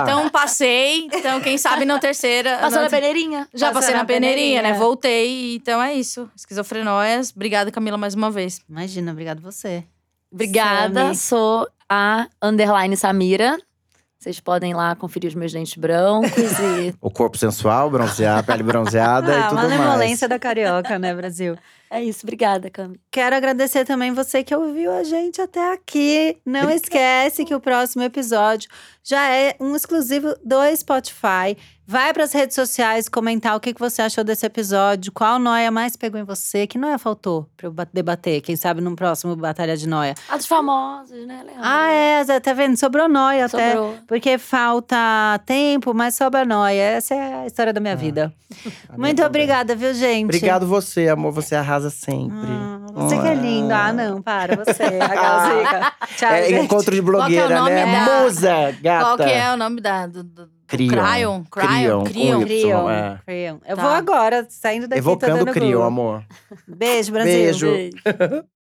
Então passei, então quem sabe não terceira. Passou não- na peneirinha. Já Passou passei na na peneirinha, né? peneirinha. Voltei, então é isso. Esquizofrenóias. Obrigada, Camila, mais uma vez. Imagina, obrigado você. Obrigada, Sami. sou a underline Samira. Vocês podem ir lá conferir os meus dentes brancos e O corpo sensual, bronzeado, pele (laughs) bronzeada Ah, e tudo mais. malemolência da carioca, né, Brasil? (laughs) é isso. Obrigada, Cami. Quero agradecer também você que ouviu a gente até aqui. Não esquece que o próximo episódio já é um exclusivo do Spotify. Vai para as redes sociais comentar o que que você achou desse episódio, qual noia mais pegou em você, que noia faltou para eu ba- debater, quem sabe num próximo Batalha de Noia. A Ah, dos famosos, né, Leandro? Ah, é, Zé, tá vendo? Sobrou noia até. Sobrou. Porque falta tempo, mas sobra noia. Essa é a história da minha vida. A minha Muito também. obrigada, viu, gente? então, Obrigado você, amor. Você arrasa sempre. Hum. Ah, você que é lindo. Ah, não, para, (laughs) você. A Galzica. Tchau, é gente. encontro de Qual que é o blogueira, nome né? da- Musa, gata. Qual que é o nome da, do, do- do Cryon? Crion. Crion, Cryon? Cryon. com Y. Criam, é. criam. Eu Tá. vou agora, saindo daqui, tô Evocando dando o Crion, Google. amor. Beijo, Brasil. Beijo. Beijo.